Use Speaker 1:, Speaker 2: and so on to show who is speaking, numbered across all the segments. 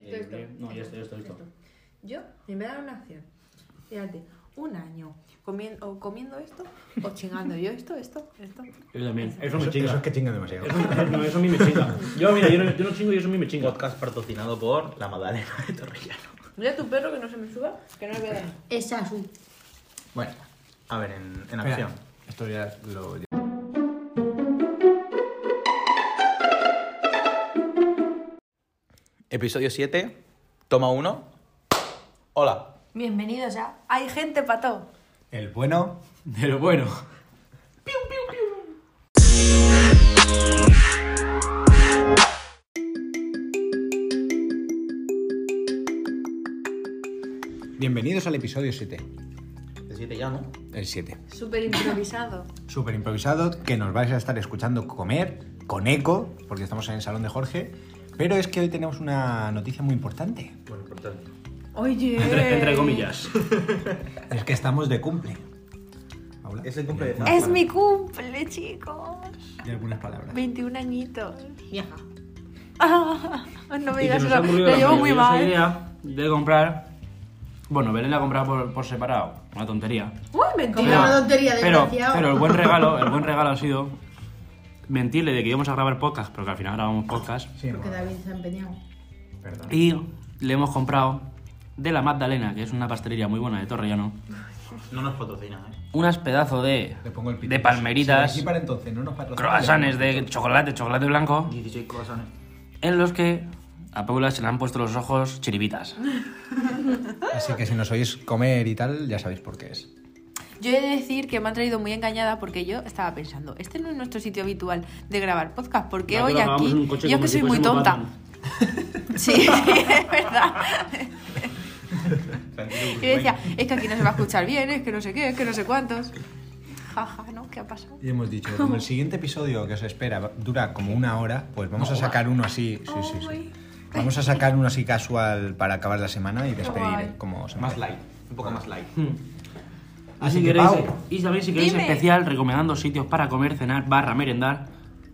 Speaker 1: esto.
Speaker 2: bien. No, ya está, ya está, ya está.
Speaker 1: esto. Yo, me voy a dar una acción. Fíjate, un año comien- o comiendo esto o chingando yo esto, esto, esto.
Speaker 2: Yo también. Eso
Speaker 3: Eso,
Speaker 2: me
Speaker 3: eso es
Speaker 2: chinga.
Speaker 3: que chingan demasiado.
Speaker 2: Eso, no, eso a mí me chinga. Yo, mira, yo no, yo no chingo y eso a mí me chinga.
Speaker 4: Podcast patrocinado por la Madalena de Torrellano.
Speaker 1: Mira tu perro que no se me suba, que no le voy a dar.
Speaker 5: Esa es un...
Speaker 4: Bueno, a ver, en, en
Speaker 3: Espera,
Speaker 4: acción.
Speaker 3: esto ya lo...
Speaker 4: Episodio 7, toma 1. Hola.
Speaker 5: Bienvenidos a...
Speaker 1: Hay gente pato.
Speaker 3: El bueno...
Speaker 2: De lo bueno.
Speaker 3: Bienvenidos al episodio 7.
Speaker 4: El 7 ya, ¿no?
Speaker 3: El 7.
Speaker 1: Súper improvisado.
Speaker 3: Súper improvisado, que nos vais a estar escuchando comer, con eco, porque estamos en el salón de Jorge. Pero es que hoy tenemos una noticia muy importante.
Speaker 4: Bueno, importante.
Speaker 1: Oye.
Speaker 2: Entre, entre comillas.
Speaker 3: Es que estamos de cumple. Paula,
Speaker 4: Es el cumple de Zara.
Speaker 1: Es mi cumple, chicos.
Speaker 3: Y algunas palabras.
Speaker 1: 21 añitos. Ah,
Speaker 5: Vieja.
Speaker 1: No me
Speaker 2: Y que
Speaker 1: digas
Speaker 2: nos
Speaker 1: eso.
Speaker 2: ha ocurrido
Speaker 1: Lo
Speaker 2: la
Speaker 1: llevo muy
Speaker 2: maravillosa
Speaker 1: mal.
Speaker 2: idea de comprar. Bueno, Belén la ha comprado por, por separado. Una tontería.
Speaker 1: Uy,
Speaker 5: Como
Speaker 1: mentira.
Speaker 5: una tontería,
Speaker 2: pero,
Speaker 5: desgraciado.
Speaker 2: pero el buen regalo, el buen regalo ha sido mentirle de que íbamos a grabar podcast, pero que al final grabamos podcast.
Speaker 3: Sí,
Speaker 5: Porque
Speaker 3: bueno,
Speaker 5: David se ha empeñado.
Speaker 3: perdón.
Speaker 2: Y le hemos comprado de la Magdalena, que es una pastelería muy buena de Torrellano,
Speaker 4: No nos patrocina, ¿eh?
Speaker 2: unas pedazos de,
Speaker 3: Le pongo el pito.
Speaker 2: de palmeritas,
Speaker 3: Sí, aquí para entonces, no nos patrocina.
Speaker 2: croissants de chocolate, chocolate blanco,
Speaker 4: 16 corazones.
Speaker 2: en los que a Paula se le han puesto los ojos chiribitas.
Speaker 3: Así que si nos oís comer y tal, ya sabéis por qué es.
Speaker 1: Yo he de decir que me han traído muy engañada porque yo estaba pensando, este no es nuestro sitio habitual de grabar podcast, porque
Speaker 2: Nosotros
Speaker 1: hoy
Speaker 2: grabamos en un
Speaker 1: aquí
Speaker 2: coche
Speaker 1: yo
Speaker 2: como
Speaker 1: que
Speaker 2: si
Speaker 1: soy muy
Speaker 2: fuésemos
Speaker 1: tonta.
Speaker 2: Batman.
Speaker 1: Sí, es verdad. Y yo decía, es que aquí no se va a escuchar bien, es que no sé qué, es que no sé cuántos. Jaja, ¿no? ¿Qué ha pasado?
Speaker 3: Y hemos dicho, como el siguiente episodio que os espera va- dura como una hora, pues vamos a sacar uno así. Sí, sí, sí. Vamos a sacar uno así casual para acabar la semana y despedir
Speaker 1: guay.
Speaker 3: como se
Speaker 4: Más
Speaker 3: merece.
Speaker 4: light. Un poco más light.
Speaker 2: Así
Speaker 3: que,
Speaker 2: queréis,
Speaker 3: Pau.
Speaker 2: y también si queréis
Speaker 1: Dime.
Speaker 2: especial recomendando sitios para comer, cenar, barra, merendar,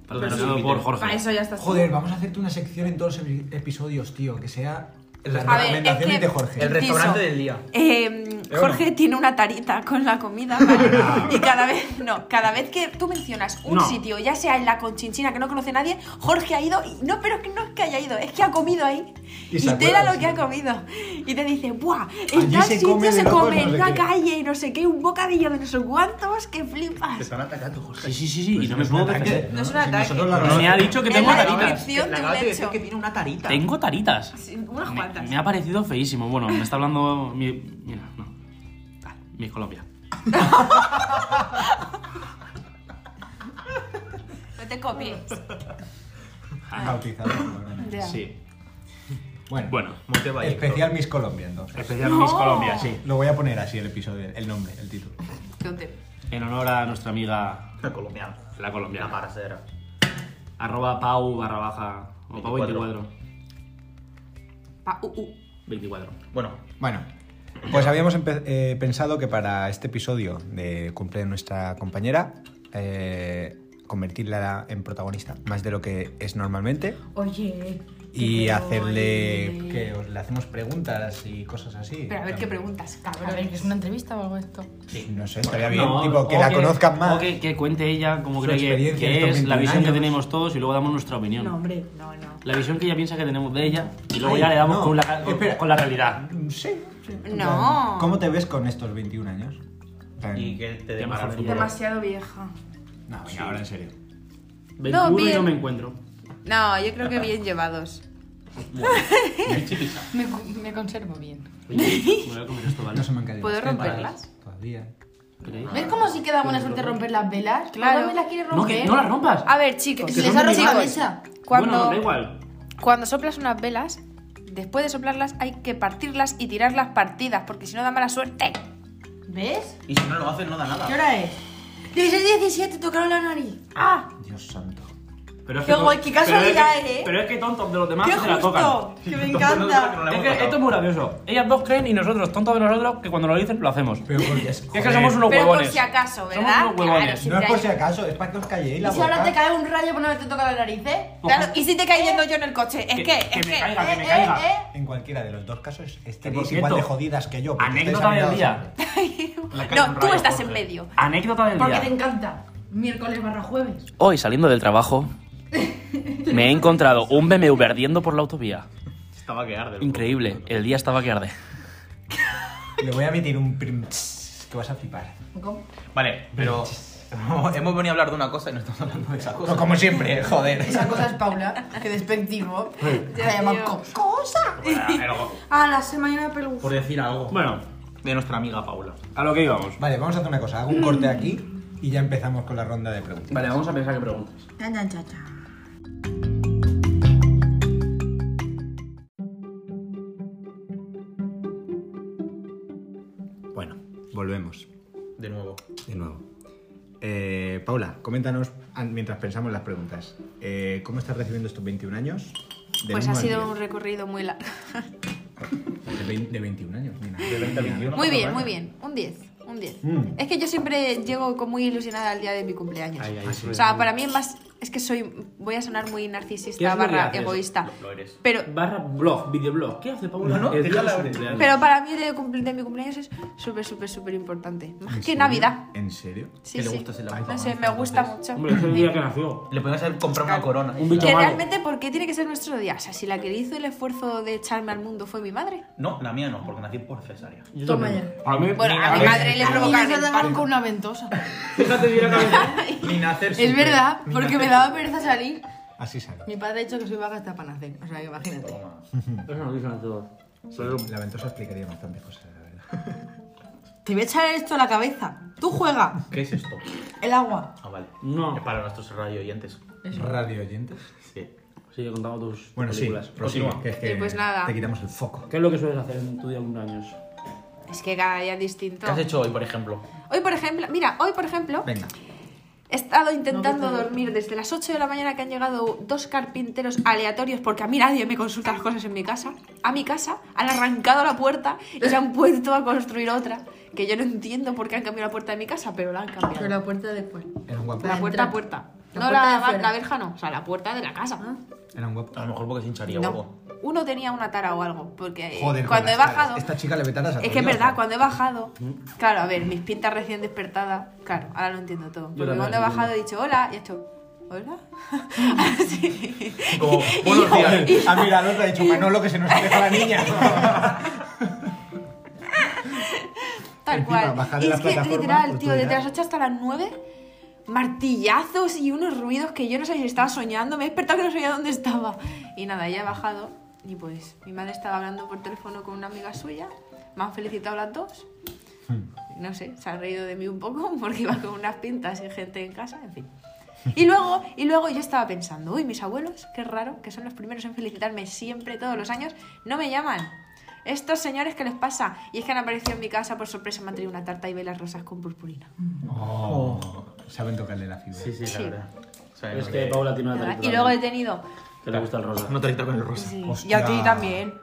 Speaker 2: patrocinado
Speaker 4: sí,
Speaker 2: por
Speaker 4: Peter.
Speaker 1: Para
Speaker 2: Jorge.
Speaker 1: eso ya estás. tú.
Speaker 3: Joder, vamos a hacerte una sección en todos los epi- episodios, tío, que sea las
Speaker 1: A ver, es
Speaker 3: recomendaciones
Speaker 1: que-
Speaker 3: de Jorge.
Speaker 4: El restaurante del día.
Speaker 1: Eh, Jorge tiene una tarita con la comida
Speaker 3: Ah.
Speaker 1: ¿vale? y cada vez no cada vez que tú mencionas un
Speaker 2: No.
Speaker 1: sitio ya sea en la conchinchina que no conoce nadie Jorge ha ido y no pero es que no es que haya ido es que ha comido ahí
Speaker 3: Y
Speaker 1: y,
Speaker 3: se
Speaker 1: te da
Speaker 3: acuerda,
Speaker 1: lo que
Speaker 3: sí.
Speaker 1: ha comido y te dice buah
Speaker 3: Allí
Speaker 1: en tal
Speaker 3: se
Speaker 1: sitio
Speaker 3: come de
Speaker 1: se
Speaker 3: locos,
Speaker 1: come
Speaker 3: no sé
Speaker 1: en la
Speaker 3: qué".
Speaker 1: calle y no sé qué un bocadillo de no sé cuántos que
Speaker 4: Te
Speaker 1: flipas
Speaker 4: están atacando, Jorge.
Speaker 2: Sí, sí, sí, Pues sí, y no me
Speaker 3: Es un
Speaker 2: puedo
Speaker 3: ataque,
Speaker 2: defender.
Speaker 1: No es un
Speaker 3: Si
Speaker 1: ataque.
Speaker 3: nosotros la-
Speaker 2: Me ha dicho que
Speaker 1: En
Speaker 2: tengo
Speaker 1: la
Speaker 2: taritas.
Speaker 1: descripción
Speaker 4: Le
Speaker 1: de un
Speaker 4: acabas de decir
Speaker 1: hecho.
Speaker 4: que tiene una tarita.
Speaker 2: Tengo taritas.
Speaker 1: Sí, unas
Speaker 2: Me-
Speaker 1: cuantas
Speaker 2: Me, ha parecido feísimo. Bueno, me está hablando mi. Mira, no. Ah, Mi Colombia.
Speaker 1: no te copies
Speaker 3: Bautizado.
Speaker 1: Ya.
Speaker 2: Sí.
Speaker 3: Bueno,
Speaker 2: Bueno,
Speaker 4: Monte Vallecto.
Speaker 3: especial Miss Colombia, entonces.
Speaker 2: especial
Speaker 1: No.
Speaker 2: Miss Colombia, sí.
Speaker 3: Lo voy a poner así el episodio, el nombre, el título.
Speaker 1: Qué hotel.
Speaker 2: En honor a nuestra amiga
Speaker 4: La colombiana.
Speaker 2: la
Speaker 4: La
Speaker 2: colombiana.
Speaker 4: paracera.
Speaker 2: Arroba Pau barra baja. O Pau
Speaker 4: 24.
Speaker 2: 24.
Speaker 1: Pa- uh, uh.
Speaker 2: 24.
Speaker 4: Bueno,
Speaker 3: Bueno, pues habíamos empe- eh, pensado que para este episodio de cumple de nuestra compañera, eh, convertirla en protagonista, más de lo que es normalmente,
Speaker 1: oye
Speaker 3: y
Speaker 1: qué eh.
Speaker 3: hacerle...
Speaker 1: oye.
Speaker 3: Que os- le hacemos preguntas y cosas así.
Speaker 1: pero a ver qué preguntas
Speaker 5: A
Speaker 1: cabrón
Speaker 5: ver, que es una entrevista o algo esto.
Speaker 3: Sí, No sé, estaría bien,
Speaker 2: No,
Speaker 3: tipo, que
Speaker 2: o
Speaker 3: la conozcan más.
Speaker 2: O que, que cuente ella como
Speaker 3: Su
Speaker 2: cree que,
Speaker 3: experiencia
Speaker 2: que
Speaker 3: en estos
Speaker 2: es, la
Speaker 3: 21
Speaker 2: visión que
Speaker 3: años.
Speaker 2: tenemos todos y luego damos nuestra opinión.
Speaker 1: No, hombre, no, no.
Speaker 2: La visión que ella piensa que tenemos de ella y luego
Speaker 3: Ay,
Speaker 2: ya le damos
Speaker 3: no.
Speaker 2: con, la, con-
Speaker 3: Espera.
Speaker 2: con la realidad.
Speaker 3: Mm, Sí. sí.
Speaker 1: No.
Speaker 3: En plan, ¿Cómo te ves con estos 21 años? En plan,
Speaker 4: y que te
Speaker 2: Ya mejor
Speaker 4: depara el
Speaker 2: futuro.
Speaker 4: futuro.
Speaker 1: Demasiado vieja.
Speaker 3: No, venga, ahora en serio.
Speaker 2: 21 y no
Speaker 1: bien.
Speaker 2: me encuentro.
Speaker 1: No, yo creo que bien llevados.
Speaker 5: Me, me conservo bien.
Speaker 2: Oye, me voy a comer esto, ¿vale?
Speaker 3: No se me han caído
Speaker 1: ¿Puedo
Speaker 3: las tetas
Speaker 1: romperlas?
Speaker 3: Todavía.
Speaker 2: ¿Creéis?
Speaker 5: ¿Ves cómo sí que da buena suerte romper las velas?
Speaker 1: Claro.
Speaker 5: Ahora me las quiere romper.
Speaker 2: Ah. No, que no la rompas.
Speaker 1: A ver, chicos,
Speaker 5: Porque
Speaker 1: les
Speaker 5: son de
Speaker 1: chicos,
Speaker 5: cabeza.
Speaker 1: Ah, Cuando,
Speaker 2: Bueno, da igual.
Speaker 1: cuando soplas unas velas, después de soplarlas hay que partirlas y tirarlas partidas, porque si no da mala suerte.
Speaker 5: ¿Ves?
Speaker 4: Y si no lo hacen, no da nada.
Speaker 5: ¿Qué hora es? 16, 17, tocaron la nariz.
Speaker 1: ¡Ah!
Speaker 3: Dios santo.
Speaker 2: Pero es
Speaker 5: Qué
Speaker 2: no-
Speaker 5: guay, qué
Speaker 2: pero es que-
Speaker 5: casualidad, ¿eh?
Speaker 2: Pero es que tontos de los demás
Speaker 5: ¡Qué
Speaker 2: se la tocan.
Speaker 5: justo! ¡Que me
Speaker 4: Entonces, no
Speaker 5: encanta!
Speaker 4: que no la
Speaker 2: Es
Speaker 4: hemos
Speaker 2: que
Speaker 4: tocado.
Speaker 2: esto es muy gracioso. Ellas dos creen y nosotros, tontos de nosotros, que cuando lo dicen lo hacemos.
Speaker 3: Pero porque es-
Speaker 2: Es que
Speaker 3: joder.
Speaker 2: somos unos
Speaker 1: Pero por
Speaker 2: huevones.
Speaker 1: si acaso,
Speaker 2: Somos
Speaker 1: ¿verdad?
Speaker 2: unos huevones.
Speaker 1: Claro, si
Speaker 3: No es
Speaker 1: te
Speaker 3: por
Speaker 1: hay-
Speaker 3: si acaso, es para que os calléis la
Speaker 5: Y si
Speaker 3: boca.
Speaker 5: ahora te cae un rayo por no haberte tocado la nariz, ¿eh?
Speaker 1: Claro, y si te caí yendo yo en el coche. Es
Speaker 2: Que-
Speaker 1: que,
Speaker 2: que
Speaker 1: es
Speaker 2: me
Speaker 1: que.
Speaker 2: caiga, que me
Speaker 1: eh,
Speaker 5: Eh,
Speaker 2: caiga.
Speaker 5: eh.
Speaker 3: En cualquiera de los dos casos
Speaker 2: por
Speaker 3: estaréis
Speaker 2: cierto,
Speaker 3: igual de jodidas que yo. porque
Speaker 2: Anécdota
Speaker 3: estáis
Speaker 2: del
Speaker 3: aliados
Speaker 2: día.
Speaker 4: Le
Speaker 1: eh.
Speaker 4: cae un
Speaker 1: No, tú
Speaker 4: rayo,
Speaker 1: estás en
Speaker 4: Jorge.
Speaker 1: medio.
Speaker 2: Anécdota del
Speaker 5: Porque
Speaker 2: día.
Speaker 5: te encanta. Miércoles barra jueves.
Speaker 6: Hoy saliendo del trabajo me he encontrado un BMW ardiendo por la autovía.
Speaker 4: Estaba que arde.
Speaker 6: Increíble, el día estaba que arde.
Speaker 3: siempre. Le voy a meter un prim... que vas a flipar.
Speaker 5: ¿Cómo?
Speaker 4: Vale, pero hemos venido a hablar de una cosa y no estamos hablando de esa cosa.
Speaker 3: No, como
Speaker 2: Eh,
Speaker 3: siempre, joder.
Speaker 5: Esa cosa es Paula, que despectivo. Te la llaman co- cosa.
Speaker 4: Algo,
Speaker 5: A la semana peluca.
Speaker 4: Por decir algo.
Speaker 2: Bueno,
Speaker 4: De nuestra amiga Paula.
Speaker 2: a lo que íbamos.
Speaker 3: Vale, vamos a hacer una cosa. Hago
Speaker 1: Mm.
Speaker 3: un corte aquí y ya empezamos con la ronda de preguntas.
Speaker 2: Vale, vamos a pensar qué preguntas.
Speaker 5: Chan, chan, chan, chan.
Speaker 3: Bueno, volvemos
Speaker 4: De nuevo.
Speaker 3: de nuevo. Eh, Paula, coméntanos an- mientras pensamos las preguntas. eh, ¿Cómo estás recibiendo estos 21 años? Del
Speaker 1: Pues ha
Speaker 3: 1 al
Speaker 1: sido
Speaker 3: 10.
Speaker 1: un recorrido muy largo.
Speaker 3: De, vein- de 21 años, mira.
Speaker 1: Muy bien, muy bien. Un 10. Un 10.
Speaker 3: Mm.
Speaker 1: Es que yo siempre llego con muy ilusionada al día de mi cumpleaños.
Speaker 4: Ay, ay,
Speaker 1: o sea, para mí es más. Es que soy. Voy a sonar muy
Speaker 2: ¿Qué es
Speaker 1: narcisista
Speaker 2: lo que
Speaker 1: barra
Speaker 2: haces?
Speaker 1: egoísta.
Speaker 4: Lo- lo eres.
Speaker 1: Pero,
Speaker 2: Barra blog, videoblog. ¿Qué hace Paula?
Speaker 4: No, no,
Speaker 2: El día
Speaker 4: déjala
Speaker 2: de su
Speaker 4: ver.
Speaker 2: cumpleaños.
Speaker 1: pero para mí el día de, cumple- de mi cumpleaños es súper, súper, súper importante. Más
Speaker 3: ¿En
Speaker 1: que
Speaker 3: serio?
Speaker 1: Navidad.
Speaker 3: ¿En serio?
Speaker 1: Sí,
Speaker 4: Que le
Speaker 1: sí.
Speaker 4: gusta ser la puta
Speaker 1: No sé, me
Speaker 4: madre,
Speaker 1: gusta
Speaker 4: entonces.
Speaker 1: mucho.
Speaker 2: Hombre, es el día que nació.
Speaker 4: Le podemos hacer comprar una corona.
Speaker 2: Un bicho
Speaker 1: Que
Speaker 2: malo.
Speaker 1: realmente, ¿por qué tiene que ser nuestro día? O sea, si la que hizo el esfuerzo de echarme al mundo fue mi madre.
Speaker 4: No, la mía no, porque nací por cesárea.
Speaker 5: Toma ya.
Speaker 2: A mí,
Speaker 1: Bueno, a mi
Speaker 2: ver,
Speaker 1: madre le
Speaker 5: A mí
Speaker 1: provocaron
Speaker 5: me
Speaker 1: el
Speaker 5: daban con una ventosa.
Speaker 2: Fíjate si era cabeza.
Speaker 4: Ni nacer.
Speaker 5: Es verdad, porque me daba pereza salir.
Speaker 3: Así sale.
Speaker 5: Mi padre ha dicho que soy vaga hasta para nacer. O sea, que imagínate.
Speaker 2: Eso no dicen a todos.
Speaker 3: La ventosa explicaría bastantes cosas, la verdad.
Speaker 5: Te voy a echar esto a la cabeza. Tú juega.
Speaker 4: ¿Qué es esto?
Speaker 5: El agua.
Speaker 4: Ah, vale.
Speaker 2: No.
Speaker 4: Es para nuestros radio oyentes.
Speaker 3: Radio oyentes.
Speaker 4: Sí.
Speaker 2: Sí, he contado tus
Speaker 3: Bueno, sí,
Speaker 2: películas.
Speaker 3: prosigue,
Speaker 4: Continúa.
Speaker 3: que es que
Speaker 1: Y pues nada.
Speaker 3: te quitamos el foco.
Speaker 2: ¿Qué es lo que sueles hacer en tu día de cumpleaños?
Speaker 1: Es que cada día es distinto.
Speaker 4: ¿Qué has hecho hoy, por ejemplo?
Speaker 1: Hoy, por ejemplo, mira, hoy, por ejemplo,
Speaker 3: Venga.
Speaker 1: he estado intentando dormir desde las 8 de la mañana que han llegado dos carpinteros aleatorios porque a mí nadie me consulta las cosas en mi casa. A mi casa han arrancado la puerta y se han puesto a construir otra. Que yo no entiendo por qué han cambiado la puerta de mi casa, pero la han cambiado.
Speaker 5: Pero la puerta después.
Speaker 3: Era un guapo.
Speaker 1: La puerta a puerta.
Speaker 5: La
Speaker 1: no
Speaker 5: puerta de
Speaker 1: la,
Speaker 5: afuera. Ah.
Speaker 1: la verja, no. O sea, la puerta de la casa.
Speaker 3: Era un guapo.
Speaker 4: A lo mejor porque se hincharía o algo.
Speaker 1: No. Uno tenía una tara o algo. Porque eh,
Speaker 3: Joder, con
Speaker 1: cuando he
Speaker 3: las caras.
Speaker 1: bajado.
Speaker 3: Esta chica le vetaras a
Speaker 1: Es
Speaker 3: todo
Speaker 1: que es
Speaker 3: Dios.
Speaker 1: verdad, cuando he bajado, claro, a ver, mis pintas recién despertadas, claro, ahora lo entiendo todo. Porque
Speaker 2: también
Speaker 1: cuando he
Speaker 2: lo
Speaker 1: bajado he dicho hola y he hecho hola. Así.
Speaker 4: Como,
Speaker 1: Y
Speaker 4: buenos
Speaker 1: yo-
Speaker 4: días.
Speaker 1: y-
Speaker 3: Ah, mira, el otro ha dicho, Manolo, que se nos deja la niña.
Speaker 1: Tal
Speaker 3: Encima,
Speaker 1: cual.
Speaker 3: bajar de
Speaker 1: Y
Speaker 3: la
Speaker 1: es que
Speaker 3: plataforma,
Speaker 1: literal,
Speaker 3: pues tú
Speaker 1: tío, desde
Speaker 3: dirás.
Speaker 1: las 8 hasta las 9, martillazos y unos ruidos que yo no sé si estaba soñando. Me he despertado que no sabía dónde estaba. Y nada, ya he bajado. Y pues mi madre estaba hablando por teléfono con una amiga suya. Me han felicitado las dos.
Speaker 3: Hmm.
Speaker 1: No sé, se han reído de mí un poco porque iba con unas pintas y gente en casa, en fin. Y luego, y luego yo estaba pensando, uy, mis abuelos, qué raro, que son los primeros en felicitarme siempre, todos los años, no me llaman. Estos señores, ¿qué les pasa? Y es que han aparecido en mi casa, por sorpresa, me han traído una tarta y velas rosas con purpurina.
Speaker 3: Oh, saben tocarle la fibra.
Speaker 4: Sí, sí,
Speaker 1: Sí.
Speaker 4: la verdad. O sea,
Speaker 2: Es
Speaker 4: no
Speaker 2: que
Speaker 4: sé.
Speaker 2: Paula tiene una
Speaker 1: ¿Verdad?
Speaker 2: tarjeta
Speaker 1: Y luego he
Speaker 2: también,
Speaker 1: tenido...
Speaker 2: Que le gusta el rosa.
Speaker 4: No te con el rosa.
Speaker 1: Sí.
Speaker 3: Hostia.
Speaker 1: Y a ti también.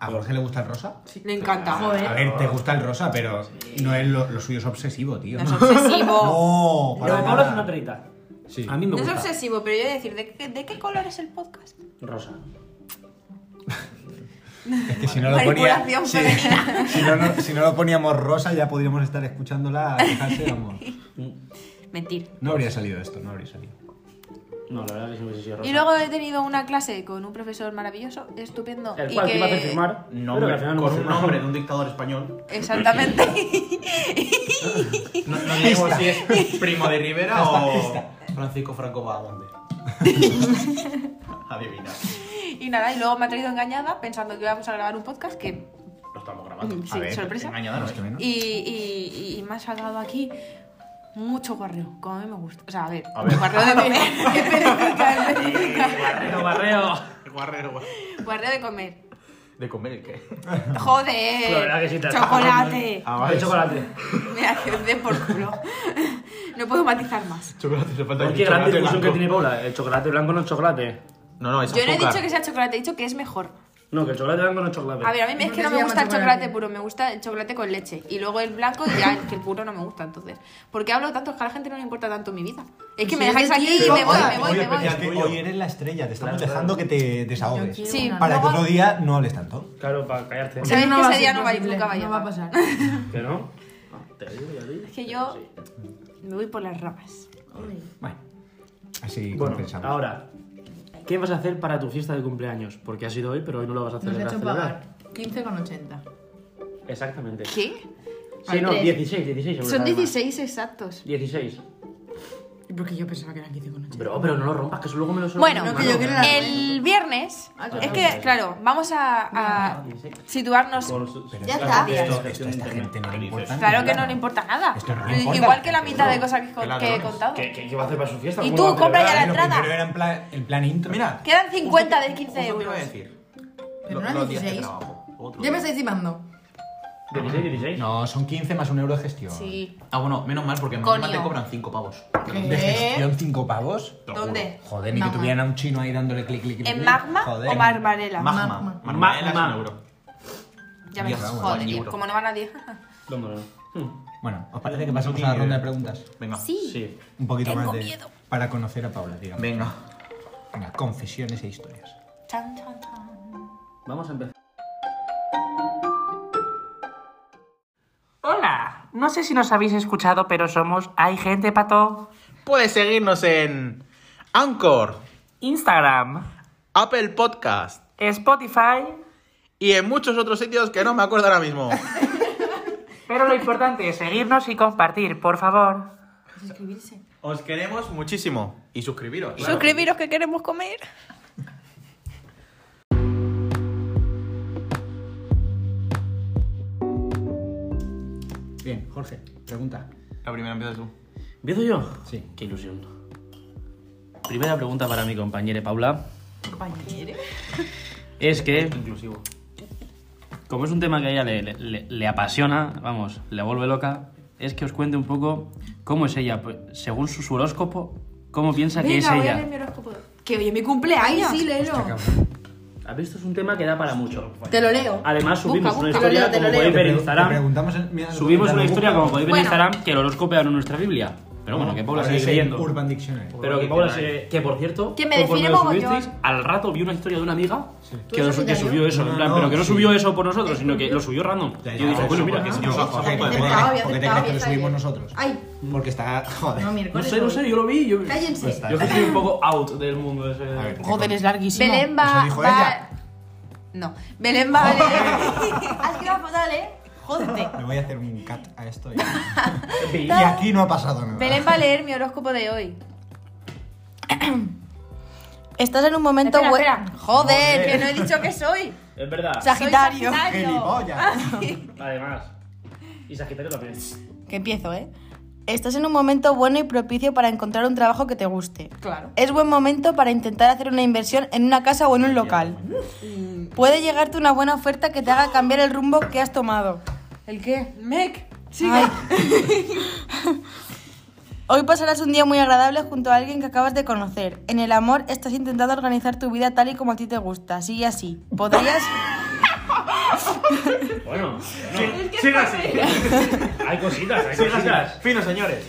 Speaker 3: ¿A Jorge le gusta el rosa?
Speaker 1: Le encanta.
Speaker 3: A ver, te gusta el rosa, pero no es lo, lo suyo es obsesivo, tío.
Speaker 1: No es obsesivo.
Speaker 3: No,
Speaker 2: Pero
Speaker 3: para
Speaker 2: Paula es
Speaker 3: nada.
Speaker 2: una perita.
Speaker 3: Sí.
Speaker 2: A mí me
Speaker 1: No es
Speaker 2: gusta.
Speaker 1: obsesivo, pero yo voy a decir, ¿de qué, de qué color es el podcast?
Speaker 2: Rosa.
Speaker 3: Es que si no lo ponía,
Speaker 1: Manipulación
Speaker 3: sí.
Speaker 1: femenina.
Speaker 3: si, no, no- si no lo poníamos rosa, ya podríamos estar escuchándola a dejarse, vamos.
Speaker 1: Mentir.
Speaker 3: No habría salido esto, no habría salido.
Speaker 2: No, la verdad que sí hubiese sido rosa.
Speaker 1: Y luego he tenido una clase con un profesor maravilloso, estupendo.
Speaker 2: El
Speaker 1: y
Speaker 2: cual
Speaker 1: que...
Speaker 2: te iba a hacer firmar. pero que al
Speaker 4: Nombre,
Speaker 2: final no me
Speaker 4: con un
Speaker 2: firmó.
Speaker 4: nombre de un dictador español.
Speaker 1: Exactamente.
Speaker 4: No, no diremos si es primo de Rivera o Francisco Franco Vagamonde. Adivina.
Speaker 1: y nada, y luego me ha traído engañada pensando que íbamos a grabar un podcast que.
Speaker 4: Lo estamos grabando.
Speaker 1: Sí,
Speaker 3: ver,
Speaker 1: sorpresa.
Speaker 4: engañada no
Speaker 3: Más
Speaker 4: es.
Speaker 3: que menos.
Speaker 1: Y, y- y me ha sacado aquí mucho guarreo, como a mí me gusta. O sea, a ver,
Speaker 4: A ver.
Speaker 1: guarreo de comer.
Speaker 2: Barreo, barreo.
Speaker 4: Guarrero, guarrero.
Speaker 1: guarreo de comer.
Speaker 7: ¿De comer el qué?
Speaker 1: Joder,
Speaker 2: La verdad que sí te-
Speaker 1: chocolate.
Speaker 7: Ah,
Speaker 2: De chocolate.
Speaker 1: Mira, que os den por culo. No puedo matizar más.
Speaker 7: Chocolate, le falta
Speaker 2: Oye,
Speaker 7: aquí
Speaker 2: qué gran
Speaker 7: chocolate
Speaker 2: discusión que
Speaker 7: blanco.
Speaker 2: tiene Paula. El chocolate blanco no es chocolate.
Speaker 7: No, no, es
Speaker 1: Yo no he
Speaker 7: azúcar.
Speaker 1: dicho que sea chocolate, he dicho que es mejor.
Speaker 2: No, que el chocolate blanco no es chocolate.
Speaker 1: A ver, a mí es
Speaker 8: ¿Por
Speaker 1: que
Speaker 8: qué
Speaker 1: no
Speaker 8: se
Speaker 1: me
Speaker 8: llama
Speaker 1: gusta el
Speaker 8: chocolate?
Speaker 1: chocolate puro, me gusta el chocolate con leche. Y luego el blanco, ya el que el puro no me gusta, entonces. ¿Por qué hablo tanto? Es que a la gente no le importa tanto mi vida. Es que
Speaker 8: Si
Speaker 1: me
Speaker 8: es
Speaker 1: dejáis
Speaker 8: de
Speaker 1: aquí
Speaker 8: ti,
Speaker 1: y me voy,
Speaker 8: hola,
Speaker 1: me voy,
Speaker 3: Oye,
Speaker 1: me voy.
Speaker 3: es que hoy eres la estrella, te estamos dejando que te desahogues.
Speaker 8: Yo quiero
Speaker 1: Sí.
Speaker 8: una-
Speaker 3: Para que
Speaker 1: Luego-
Speaker 3: otro día no hables tanto.
Speaker 2: Claro, para callarte.
Speaker 1: sea, ¿Sabéis
Speaker 8: no
Speaker 1: que
Speaker 8: va a
Speaker 1: ese día
Speaker 8: ser
Speaker 1: no va a ir
Speaker 8: posible,
Speaker 1: nunca, vaya,
Speaker 8: No va a
Speaker 1: va.
Speaker 8: pasar.
Speaker 2: ¿Que no?
Speaker 1: Es que yo me voy por las ramas.
Speaker 3: Bueno, así
Speaker 2: Bueno,
Speaker 3: compensamos.
Speaker 2: ahora, ¿qué vas a hacer para tu fiesta de cumpleaños? Porque ha sido hoy, pero hoy no lo vas a
Speaker 8: Nos ha
Speaker 2: celebrar.
Speaker 8: hecho
Speaker 2: celebrar.
Speaker 8: pagar 15,80.
Speaker 2: Exactamente.
Speaker 1: ¿Qué?
Speaker 2: Sí, no, 16, 16 euros.
Speaker 1: Son
Speaker 2: además.
Speaker 1: 16 exactos.
Speaker 2: 16.
Speaker 8: Porque yo pensaba que eran 15,80.
Speaker 2: Bro, pero no lo rompas, que eso luego me lo suelo
Speaker 1: Bueno,
Speaker 8: No, que yo quiero la-
Speaker 1: el viernes.
Speaker 8: Ah, claro.
Speaker 1: Es que, claro, vamos a, a situarnos.
Speaker 8: Ya está.
Speaker 3: Esto, esto a esta gente no le importa.
Speaker 1: Claro que no le
Speaker 3: nada.
Speaker 1: importa nada.
Speaker 3: Esto no le importa.
Speaker 1: Igual que la mitad de cosas que,
Speaker 7: Qué
Speaker 1: con- que he
Speaker 7: ladrones.
Speaker 1: contado.
Speaker 2: ¿Qué, qué, qué va a hacer para su fiesta?
Speaker 1: Y
Speaker 2: ¿Cómo
Speaker 1: tú,
Speaker 2: lo va a
Speaker 1: compra ya la
Speaker 2: celebrar?
Speaker 3: Lo
Speaker 1: entrada.
Speaker 3: primero era en plan, el plan intro.
Speaker 7: Mira.
Speaker 1: Quedan 50 de
Speaker 7: justo-
Speaker 4: Pues
Speaker 1: 15
Speaker 7: justo te iba a
Speaker 1: euros.
Speaker 7: decir.
Speaker 8: Pero
Speaker 7: Lo-
Speaker 8: no eran
Speaker 7: los días de
Speaker 8: 16.
Speaker 7: trabajo. Otro
Speaker 8: Ya
Speaker 7: día.
Speaker 8: me estáis timando.
Speaker 2: 16, 16.
Speaker 3: No, son 15 más un euro de gestión.
Speaker 1: Sí.
Speaker 7: Ah, bueno, menos mal porque en
Speaker 1: Coño.
Speaker 7: Mamá te cobran 5 pavos.
Speaker 3: ¿De gestión 5 pavos?
Speaker 7: Te lo
Speaker 1: ¿Dónde?
Speaker 7: juro.
Speaker 3: Joder, ni que
Speaker 8: Mamá.
Speaker 3: tuvieran a un chino ahí dándole clic, clic, clic.
Speaker 1: ¿En
Speaker 3: clic.
Speaker 1: magma
Speaker 3: Joder.
Speaker 1: o marmarela?
Speaker 7: Magma.
Speaker 8: Magma.
Speaker 7: Marmarela es un
Speaker 2: Magma.
Speaker 7: euro.
Speaker 1: ya ves,
Speaker 7: Dios,
Speaker 1: joder,
Speaker 7: Juan,
Speaker 1: como no va nadie.
Speaker 2: No, no, no.
Speaker 3: Bueno, ¿os parece que pasamos a la ronda de preguntas?
Speaker 7: Venga.
Speaker 2: Sí.
Speaker 3: Un poquito más de... Para conocer a Paula, digamos.
Speaker 7: Venga.
Speaker 3: Venga, confesiones e historias.
Speaker 1: Chan, chan, chan.
Speaker 2: Vamos a empezar. Hola,
Speaker 9: No sé si nos habéis escuchado, pero somos Hay Gente Pato.
Speaker 4: Puedes seguirnos en Anchor,
Speaker 9: Instagram,
Speaker 4: Apple Podcast
Speaker 9: Spotify.
Speaker 4: y en muchos otros sitios que no me acuerdo ahora mismo.
Speaker 9: Pero lo importante es seguirnos y compartir, por favor.
Speaker 4: Os queremos muchísimo y suscribiros. claro.
Speaker 1: Suscribiros que queremos comer.
Speaker 3: Bien, Jorge, pregunta.
Speaker 4: La primera empiezas tú.
Speaker 2: ¿Empiezo yo?
Speaker 3: Sí.
Speaker 2: Qué ilusión. Primera pregunta para mi compañera Paula. Es que. Inclusivo. Como es un tema que a ella le, le- le- le apasiona, vamos, le vuelve loca, es que os cuente un poco cómo es ella, pues, según su, su horóscopo, cómo piensa que es
Speaker 1: Venga, voy a
Speaker 2: ella.
Speaker 1: leer mi horóscopo. Que hoy es mi cumpleaños.
Speaker 8: Sí, léelo.
Speaker 2: ¿Has visto? Es un tema que da para mucho.
Speaker 8: Te lo leo.
Speaker 2: Además, subimos
Speaker 1: Busca,
Speaker 2: una
Speaker 1: busca,
Speaker 2: historia,
Speaker 8: te lo
Speaker 2: como
Speaker 8: leo,
Speaker 2: podéis ver en
Speaker 3: Te
Speaker 2: Instagram.
Speaker 3: preguntamos en- mira,
Speaker 2: Subimos
Speaker 3: pregunta
Speaker 2: una
Speaker 3: de
Speaker 2: historia,
Speaker 3: Google.
Speaker 2: como podéis ver en
Speaker 1: Bueno.
Speaker 2: Instagram, que el horóscopo era nuestra Biblia. Pero bueno, que Paula
Speaker 3: Ahora
Speaker 2: sigue
Speaker 3: es
Speaker 2: creyendo.
Speaker 3: en Urban Dictionary.
Speaker 2: Pero que Paula se... Que por cierto,
Speaker 1: Que me define
Speaker 2: conforme lo
Speaker 1: mogollón.
Speaker 2: subisteis, al rato vi una historia de una amiga que,
Speaker 8: ¿Tú
Speaker 2: lo-
Speaker 8: eso
Speaker 2: que
Speaker 8: te
Speaker 2: subió
Speaker 8: dio?
Speaker 2: eso.
Speaker 3: No,
Speaker 2: en plan,
Speaker 3: no,
Speaker 2: pero que no
Speaker 3: sí.
Speaker 2: subió eso por nosotros, sino que lo subió random.
Speaker 3: Ya,
Speaker 2: yo
Speaker 3: ya,
Speaker 2: dije,
Speaker 3: ya,
Speaker 2: bueno,
Speaker 3: ya,
Speaker 2: mira,
Speaker 3: ya,
Speaker 2: que
Speaker 3: ya,
Speaker 2: sí,
Speaker 3: ya,
Speaker 2: yo-
Speaker 3: ya, ya,
Speaker 2: yo-
Speaker 3: ya,
Speaker 2: yo-
Speaker 3: ya,
Speaker 8: Porque
Speaker 3: ya,
Speaker 8: está
Speaker 3: ya,
Speaker 8: obvio,
Speaker 3: porque
Speaker 8: está obvio,
Speaker 3: crees que lo
Speaker 8: está
Speaker 3: subimos
Speaker 8: bien.
Speaker 3: nosotros.
Speaker 2: Ah.
Speaker 8: Ay,
Speaker 3: Porque está. Joder.
Speaker 8: no,
Speaker 2: No
Speaker 8: miércoles.
Speaker 2: sé, no sé, Pues yo lo vi. Yo,
Speaker 8: Cállense.
Speaker 2: yo estoy un poco out del mundo ese.
Speaker 3: A ver, te
Speaker 8: Joder,
Speaker 3: con-
Speaker 8: es larguísimo.
Speaker 1: Belén va.
Speaker 3: Eso dijo
Speaker 1: va-
Speaker 3: ella.
Speaker 1: No, Belén va a leer. Has quedado fatal, ¿eh? Jódete.
Speaker 3: Le voy a hacer un cut a esto. Y, y aquí no ha pasado nada.
Speaker 1: Belén va a leer mi horóscopo de hoy.
Speaker 8: Estás en un momento
Speaker 1: Espera,
Speaker 8: bueno.
Speaker 1: espera. Joder, que no he dicho que soy.
Speaker 2: Es verdad.
Speaker 8: Sagitario.
Speaker 1: Soy Sagitario. Ah,
Speaker 3: ¡Gilipollas!
Speaker 2: Además. Y Sagitario también.
Speaker 5: Que empiezo, ¿eh? Estás en un momento bueno y propicio para encontrar un trabajo que te guste.
Speaker 8: Claro.
Speaker 5: Es buen momento para intentar hacer una inversión en una casa o en un local. Puede llegarte una buena oferta que te haga cambiar el rumbo que has tomado.
Speaker 8: ¿El qué? Mec.
Speaker 5: Ay. Hoy pasarás un día muy agradable junto a alguien que acabas de conocer. En el amor estás intentando organizar tu vida tal y como a ti te gusta. Sigue así. Podrías...
Speaker 2: Bueno,
Speaker 4: Sigue así.
Speaker 2: hay cositas, hay
Speaker 4: Sigue así. Fino, señores.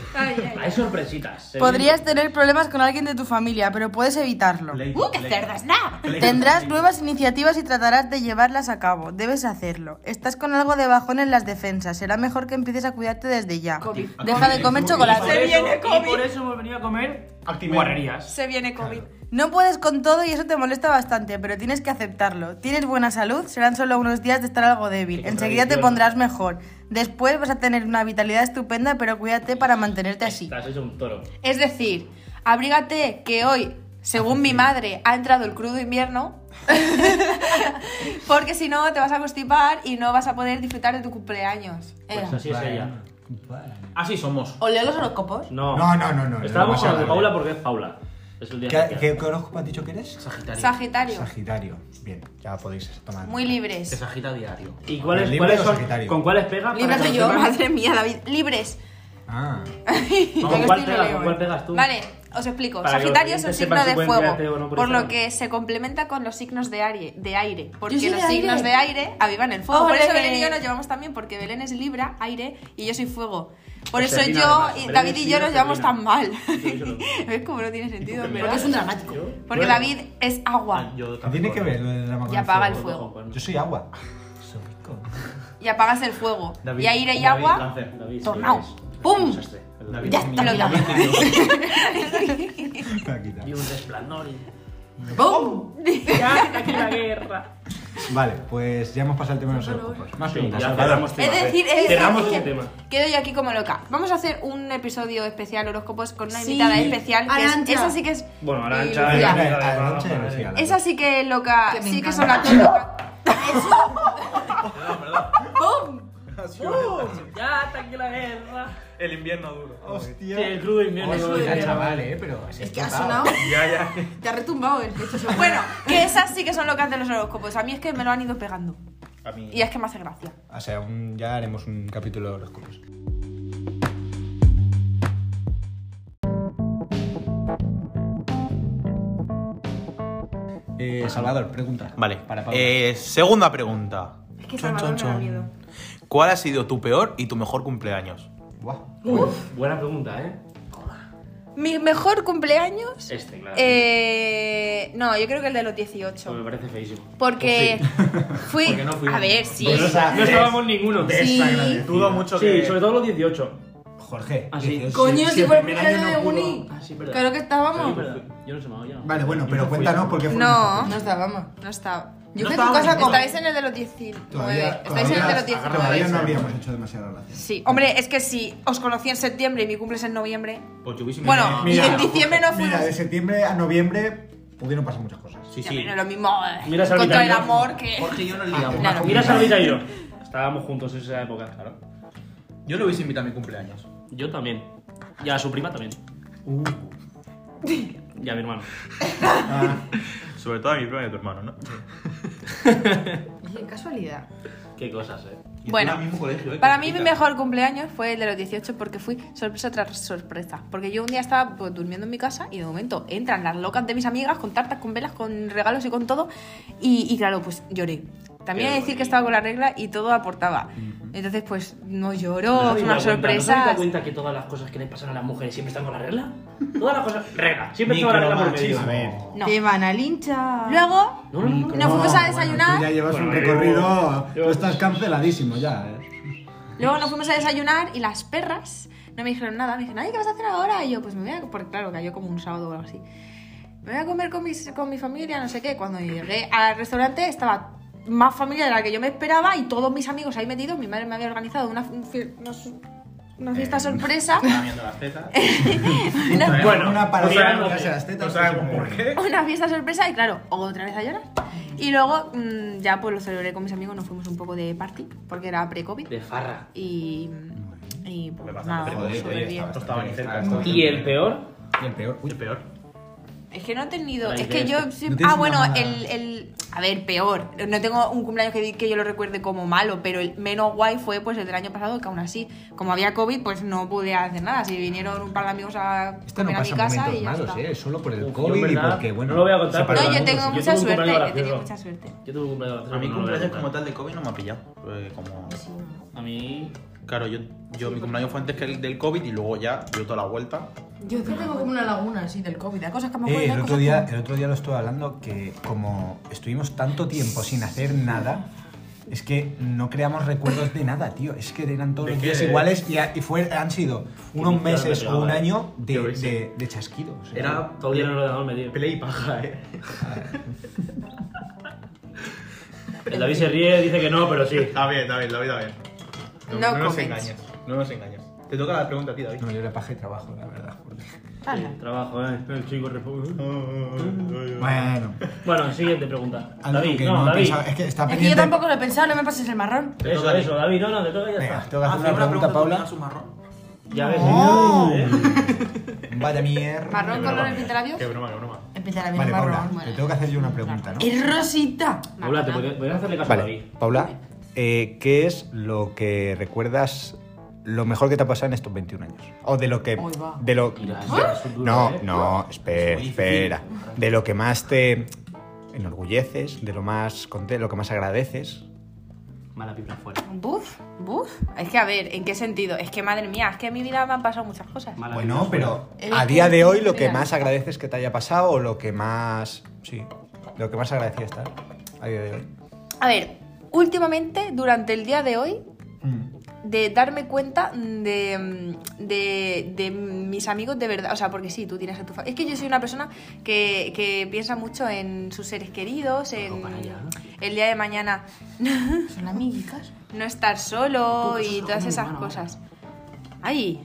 Speaker 2: Hay sorpresitas.
Speaker 5: Podrías tener problemas con alguien de tu familia, pero puedes evitarlo.
Speaker 1: ¡Uh, qué cerdas! ¡Nah!
Speaker 5: Tendrás nuevas iniciativas y tratarás de llevarlas a cabo. Debes hacerlo. Estás con algo de bajón en las defensas. Será mejor que empieces a cuidarte desde ya. Deja de comer chocolate.
Speaker 2: viene COVID. Y por eso hemos venido a comer guarrerías.
Speaker 1: Se viene COVID.
Speaker 5: No puedes con todo y eso te molesta bastante, pero tienes que aceptarlo. Tienes buena salud, serán solo unos días de estar algo débil. Enseguida te
Speaker 2: contradicción.
Speaker 5: pondrás mejor. Después vas a tener una vitalidad estupenda, pero cuídate para mantenerte así.
Speaker 2: Estás hecho un toro.
Speaker 1: Es decir, abrígate que hoy, según mi madre, ha entrado el crudo invierno. porque si no, te vas a constipar y no vas a poder disfrutar de tu cumpleaños. Eh,
Speaker 2: Pues así es ella.
Speaker 4: Así somos.
Speaker 8: ¿O leo los horóscopos?
Speaker 2: No.
Speaker 3: No, no, no, no.
Speaker 2: Estábamos
Speaker 3: no
Speaker 2: con el de Paula porque es Paula. Es el día
Speaker 3: ¿Qué,
Speaker 2: que-
Speaker 3: qué horóscopo has dicho que eres?
Speaker 7: Sagitario.
Speaker 1: Sagitario.
Speaker 3: Sagitario. Bien, ya podéis tomar.
Speaker 1: Muy
Speaker 7: Se
Speaker 1: libres.
Speaker 7: agita diario.
Speaker 2: ¿Y cuáles,
Speaker 3: Libre
Speaker 2: cuáles
Speaker 3: o
Speaker 2: son?
Speaker 3: Sagitario.
Speaker 2: ¿Con cuáles pega?
Speaker 1: Libres
Speaker 2: Para
Speaker 1: soy
Speaker 2: que
Speaker 1: yo,
Speaker 2: lo sepas.
Speaker 1: madre mía, David. Libres.
Speaker 3: Ah,
Speaker 2: No,
Speaker 1: Yo
Speaker 2: ¿Con
Speaker 1: que
Speaker 2: cuál
Speaker 1: estoy
Speaker 2: pegas?
Speaker 1: leo,
Speaker 2: ¿Con cuál
Speaker 1: eh.
Speaker 2: pegas tú?
Speaker 1: Vale, os explico.
Speaker 2: Para que los
Speaker 1: Sagitario es un
Speaker 2: oyentes
Speaker 1: signo
Speaker 2: sepan
Speaker 1: de
Speaker 2: si pueden
Speaker 1: fuego,
Speaker 2: crearte o no por
Speaker 1: por lo
Speaker 2: Instagram.
Speaker 1: que se complementa con los signos de aire, de aire porque
Speaker 8: Yo soy
Speaker 1: los
Speaker 8: de
Speaker 1: signos
Speaker 8: aire.
Speaker 1: de aire avivan el fuego. Por
Speaker 8: Ole.
Speaker 1: eso Belén y yo nos llevamos también, porque Belén es Libra, aire, y yo soy fuego. Por
Speaker 2: O
Speaker 1: eso
Speaker 2: Serrina,
Speaker 1: yo,
Speaker 2: además.
Speaker 1: y
Speaker 2: Belén
Speaker 1: David
Speaker 2: es
Speaker 1: y yo
Speaker 2: Libra,
Speaker 1: nos llevamos
Speaker 2: Serrina.
Speaker 1: tan mal.
Speaker 2: Sí, yo lo-
Speaker 1: ¿Ves cómo no tiene sentido? en
Speaker 2: me
Speaker 8: Porque
Speaker 1: verdad?
Speaker 8: es un dramático.
Speaker 1: Porque David es
Speaker 2: Ah,
Speaker 1: agua
Speaker 7: Yo
Speaker 3: ¿qué tiene que ver lo del drama con
Speaker 1: y apaga el
Speaker 3: fuego?
Speaker 1: fuego.
Speaker 3: Yo soy agua. Soy rico.
Speaker 1: Y apagas el fuego.
Speaker 7: David-
Speaker 1: Y aire y
Speaker 7: David,
Speaker 1: agua.
Speaker 7: cáncer.
Speaker 2: David,
Speaker 1: Tornado.
Speaker 2: ah, sí, Pues este. es-
Speaker 4: Mm.
Speaker 1: ¡Pum!
Speaker 2: es un
Speaker 9: Pues este.
Speaker 2: desastre. El David.
Speaker 7: David es mi-
Speaker 1: lo
Speaker 7: David es mi-
Speaker 3: Paquita.
Speaker 2: Vi un resplandor
Speaker 9: Eh,
Speaker 2: y-
Speaker 1: ¡Bum!
Speaker 9: Ya, aquí la guerra.
Speaker 3: Vale, pues ya hemos pasado el tema de los horóscopos. Más
Speaker 2: Ah, Sí,
Speaker 3: preguntas.
Speaker 2: ya
Speaker 3: Álvaro.
Speaker 2: cerramos
Speaker 1: Es
Speaker 2: tema.
Speaker 1: decir, es
Speaker 2: cerramos
Speaker 1: decir,
Speaker 2: este tema.
Speaker 1: Quedo yo aquí como loca. Vamos a hacer un episodio especial horóscopos con una
Speaker 8: Sí.
Speaker 1: invitada especial. que es-
Speaker 8: Arancha.
Speaker 1: esa sí que es.
Speaker 2: Bueno,
Speaker 1: Y
Speaker 2: Arancha,
Speaker 1: Lucía.
Speaker 2: Lucía,
Speaker 3: Adelante,
Speaker 2: además,
Speaker 3: adelante,
Speaker 2: madre.
Speaker 3: Lucía, adelante.
Speaker 1: Esa sí que loca.
Speaker 8: Que me
Speaker 1: sí que
Speaker 8: encanta.
Speaker 1: son las locas.
Speaker 9: Ya, está aquí la guerra.
Speaker 4: El invierno duro.
Speaker 3: Hostia.
Speaker 2: Sí, el crudo invierno.
Speaker 7: Hostia, chaval, eh, pero así
Speaker 8: Es que ha
Speaker 7: tocado.
Speaker 8: sonado.
Speaker 4: Ya, ya.
Speaker 8: Te ha retumbado eh, el pecho. seguro.
Speaker 1: Bueno, que esas sí que son locas de los horóscopos. A mí es que me lo han ido pegando.
Speaker 4: A mí.
Speaker 1: Y es que me hace gracia.
Speaker 3: O sea, un- ya haremos un capítulo de horóscopos. Eh, Salvador, pregunta.
Speaker 4: Vale.
Speaker 3: Para Paula.
Speaker 4: eh, segunda pregunta.
Speaker 8: Es que Salvador me da miedo.
Speaker 4: ¿Cuál ha sido tu peor y tu mejor cumpleaños?
Speaker 3: Buah.
Speaker 2: Buena pregunta, ¿eh?
Speaker 1: Mi mejor cumpleaños.
Speaker 2: Este, claro.
Speaker 1: Eh, no, yo creo que el de los
Speaker 2: Pues
Speaker 1: 18.
Speaker 2: me parece feísimo.
Speaker 1: Porque fui.
Speaker 7: Porque no fuimos.
Speaker 1: a ver, sí.
Speaker 2: Pues no, está- no estábamos ninguno.
Speaker 8: Sí.
Speaker 4: Dudo mucho
Speaker 2: Sí,
Speaker 4: que.
Speaker 2: sobre todo los 18.
Speaker 3: Jorge.
Speaker 2: Ah, sí.
Speaker 3: 18.
Speaker 8: Coño,
Speaker 2: Sí,
Speaker 8: si fue el
Speaker 2: primer
Speaker 8: primer año
Speaker 2: año
Speaker 8: de
Speaker 2: no pudo.
Speaker 8: uni.
Speaker 2: Ah, sí, verdad.
Speaker 8: Claro que
Speaker 2: Sí,
Speaker 8: estábamos.
Speaker 2: verdad. Yo no se me ha olvidado.
Speaker 3: Vale, bueno,
Speaker 2: Yo
Speaker 3: pero
Speaker 2: no fui.
Speaker 3: cuéntanos por qué fue.
Speaker 1: No.
Speaker 8: No estábamos.
Speaker 1: No estaba.
Speaker 8: Yo fui a
Speaker 4: No
Speaker 8: tu
Speaker 4: estábamos.
Speaker 8: casa con.
Speaker 1: Estáis en el de los 19.
Speaker 3: Todavía,
Speaker 1: Estáis en el de los
Speaker 3: todavía-
Speaker 1: 19.
Speaker 3: todavía no habríamos hecho demasiada relación.
Speaker 1: Sí, hombre, es que si os conocí en septiembre y mi cumple es en noviembre.
Speaker 4: Pues yo hubiese-
Speaker 1: Bueno,
Speaker 4: Mira,
Speaker 1: y en diciembre no fuimos.
Speaker 3: Mira, de septiembre a noviembre pudieron pasar muchas cosas.
Speaker 4: Sí,
Speaker 1: Ya,
Speaker 4: sí.
Speaker 1: pero lo mismo eh,
Speaker 2: Mira esa
Speaker 1: contra el
Speaker 2: habitación.
Speaker 1: amor que.
Speaker 7: Jorge y yo nos
Speaker 9: ah,
Speaker 7: liamos.
Speaker 1: Claro.
Speaker 2: Mira, Salvita y yo. Estábamos juntos en esa época, claro.
Speaker 4: Yo lo hubiese invitado a mi cumpleaños.
Speaker 2: Yo también. Y a su prima también.
Speaker 3: Uh.
Speaker 2: Y a mi hermano.
Speaker 4: Sobre todo a mi prima y a tu hermano, ¿no?
Speaker 8: Qué casualidad.
Speaker 2: Qué cosas, eh.
Speaker 1: Bueno,
Speaker 4: Y en el mismo colegio, ¿eh?
Speaker 1: Para mí mi
Speaker 4: Chiquita.
Speaker 1: mejor cumpleaños fue el de los 18 porque fui sorpresa tras sorpresa. Porque yo un día estaba pues, durmiendo en mi casa y de momento entran las locas de mis amigas con tartas, con velas, con regalos y con todo. Y, y claro, pues lloré. También hay que decir que estaba con la regla y todo aportaba. Entonces, pues no lloró, fue una
Speaker 2: ¿No te
Speaker 1: sorpresa.
Speaker 2: das cuenta que todas las cosas que le pasan a las mujeres siempre están con la regla? Todas las cosas. Regla. Siempre está con la regla por medio.
Speaker 3: Micromachismo.
Speaker 1: No.
Speaker 8: Te van al hincha.
Speaker 1: Luego
Speaker 2: No, no, no, no.
Speaker 1: nos fuimos a
Speaker 3: No,
Speaker 1: desayunar.
Speaker 3: bueno, tú ya llevas
Speaker 2: Bueno,
Speaker 3: un
Speaker 2: yo-
Speaker 3: recorrido.
Speaker 2: yo-
Speaker 3: Tú estás canceladísimo ya, eh.
Speaker 1: Luego nos fuimos a desayunar y las perras no me dijeron nada. Me dijeron, ay, ¿qué vas a hacer ahora? Y yo, pues me voy a... Porque claro, cayó como un sábado o algo así. Me voy a comer con, mis- con mi familia, no sé qué. Cuando llegué al restaurante estaba más familia de la que yo me esperaba y todos mis amigos ahí metidos. Mi madre me había organizado una, fie- una su- una fiesta sorpresa.
Speaker 4: Estaba viendo las tetas.
Speaker 1: una,
Speaker 2: Bueno,
Speaker 3: una para
Speaker 2: no sabemos
Speaker 3: mirarse
Speaker 2: qué.
Speaker 3: las tetas.
Speaker 4: No sabemos por qué.
Speaker 1: una fiesta sorpresa y claro, otra vez a llorar. Y luego mm, ya pues lo celebré con mis amigos, nos fuimos un poco de party porque era pre-COVID.
Speaker 2: De farra.
Speaker 1: Y... Y pues nada,
Speaker 4: bastante jodido,
Speaker 1: súper bien.
Speaker 4: No estaba ni cerca.
Speaker 2: Y el peor.
Speaker 3: Y el peor. Uy,
Speaker 4: El peor.
Speaker 1: Es que no he tenido.
Speaker 2: La
Speaker 1: Es
Speaker 2: idea
Speaker 1: que
Speaker 2: es
Speaker 1: yo. sí-
Speaker 3: no tienes
Speaker 1: ah,
Speaker 3: una
Speaker 1: bueno,
Speaker 3: mala-
Speaker 1: el, el- A ver, peor. No tengo un cumpleaños que, di- que yo lo recuerde como malo, pero el menos guay fue pues el del año pasado, que aún así, como había COVID, pues no pude hacer nada. Si vinieron un par de amigos a
Speaker 3: Esto no
Speaker 1: comer a mi
Speaker 3: pasa
Speaker 1: casa
Speaker 3: momentos
Speaker 1: y ya
Speaker 3: malos,
Speaker 1: está.
Speaker 3: eh. Solo por el
Speaker 2: Uf, yo,
Speaker 3: COVID y
Speaker 2: verdad,
Speaker 3: porque, bueno.
Speaker 2: no lo voy a contar, pero-
Speaker 3: separa
Speaker 1: No,
Speaker 3: la
Speaker 1: yo
Speaker 2: Yo
Speaker 3: gente.
Speaker 2: tuve
Speaker 1: tengo
Speaker 2: un
Speaker 1: mucha
Speaker 2: cumpleaños
Speaker 1: suerte, he
Speaker 2: gracioso.
Speaker 1: tenido mucha suerte.
Speaker 2: Yo tuve un cumpleaños gracioso,
Speaker 4: A mí
Speaker 2: no lo voy
Speaker 4: cumpleaños como
Speaker 2: contar.
Speaker 4: tal de COVID no me ha pillado. porque como...
Speaker 2: A mí.
Speaker 4: Claro, yo, yo mi cumpleaños fue antes que el del COVID y luego ya dio toda la vuelta.
Speaker 8: Yo es que tengo como una laguna así del COVID. Hay cosas que me acuerdo.
Speaker 3: Eh,
Speaker 8: hay
Speaker 3: el otro
Speaker 8: cosas
Speaker 3: día, el otro día lo estuve hablando que como estuvimos tanto tiempo sin hacer nada, es que no creamos recuerdos de nada, tío. Es que eran todos
Speaker 4: ¿De
Speaker 3: los
Speaker 4: qué?
Speaker 3: días iguales y, ha- y fue, han sido unos
Speaker 2: ni siquiera
Speaker 3: meses
Speaker 2: me
Speaker 3: o un
Speaker 2: pegaba, eh.
Speaker 3: año de,
Speaker 4: Yo qué sé.
Speaker 3: de- de chasquidos.
Speaker 4: Era
Speaker 2: Todo el día en el ordenador me dio.
Speaker 4: play y paja, eh.
Speaker 2: El David se ríe, dice que no, pero sí.
Speaker 4: Está bien, está bien, David, está bien.
Speaker 1: No
Speaker 4: No, no nos
Speaker 1: comments.
Speaker 4: engañes, no nos engañes. Te toca la pregunta a ti, David.
Speaker 3: No, yo era paja y trabajo, la verdad.
Speaker 2: Trabajo, eh. El chico repu-
Speaker 3: Bueno,
Speaker 2: Bueno, siguiente pregunta.
Speaker 3: algo
Speaker 2: David,
Speaker 3: que
Speaker 2: no,
Speaker 3: no he
Speaker 2: David.
Speaker 3: pensado- es que está
Speaker 8: Es que yo
Speaker 3: pendiente.
Speaker 8: tampoco lo he pensado, no me pases el marrón.
Speaker 4: Te toca
Speaker 2: Eso,
Speaker 4: a ti.
Speaker 2: eso, David, no, no, te toca y ya
Speaker 4: Ah,
Speaker 3: Venga,
Speaker 2: está.
Speaker 3: tengo que hacer una pregunta, a Paula.
Speaker 4: marrón?
Speaker 2: Ya ves.
Speaker 3: Oh.
Speaker 8: No.
Speaker 2: ¿eh?
Speaker 3: Vaya mierda.
Speaker 1: Marrón
Speaker 4: Qué
Speaker 1: color
Speaker 4: broma,
Speaker 1: en
Speaker 4: eh.
Speaker 1: pintalabios.
Speaker 4: Qué broma, qué broma.
Speaker 8: Empieza la
Speaker 3: Vale,
Speaker 8: misma
Speaker 3: Paula,
Speaker 8: marrón.
Speaker 3: te tengo que hacer yo una pregunta, ¿no?
Speaker 8: Es rosita.
Speaker 2: Paula, te podrías podrías hacerle caso a David.
Speaker 3: Vale, Paula, eh, ¿qué es lo que recuerdas lo mejor que te ha pasado en estos 21 años? O de lo que...
Speaker 1: Ahí va.
Speaker 3: De lo,
Speaker 2: Mira,
Speaker 3: de-
Speaker 2: ya, es un duro,
Speaker 3: no,
Speaker 2: ¿eh?
Speaker 3: no, espera,
Speaker 4: muy difícil.
Speaker 3: espera. De lo que más te enorgulleces, de lo más conte- lo que más agradeces.
Speaker 2: Mala pipra fuera.
Speaker 1: Buf, buf. Es que a ver, ¿en qué sentido? Es que madre mía, es que en mi vida me han pasado muchas cosas.
Speaker 2: Mala
Speaker 3: Bueno,
Speaker 2: vibra
Speaker 3: pero
Speaker 8: El-
Speaker 3: a día de hoy lo que
Speaker 1: Eh, Mira.
Speaker 3: más agradeces que te haya pasado o lo que más... Sí, lo que más agradecida estás a día de hoy.
Speaker 1: A ver, últimamente, durante el día de hoy,
Speaker 2: Mm.
Speaker 1: de darme cuenta de, mm, de, de mis amigos de verdad. O sea, porque sí, tú tienes a tu familia. Es que yo soy una persona que, que piensa mucho en sus seres queridos, en
Speaker 2: para allá.
Speaker 1: el día de mañana
Speaker 8: Son amiguitas.
Speaker 1: no estar solo
Speaker 2: Poco, eso
Speaker 1: y
Speaker 2: es
Speaker 1: todas
Speaker 2: muy
Speaker 1: esas
Speaker 2: humano.
Speaker 1: cosas. Ay,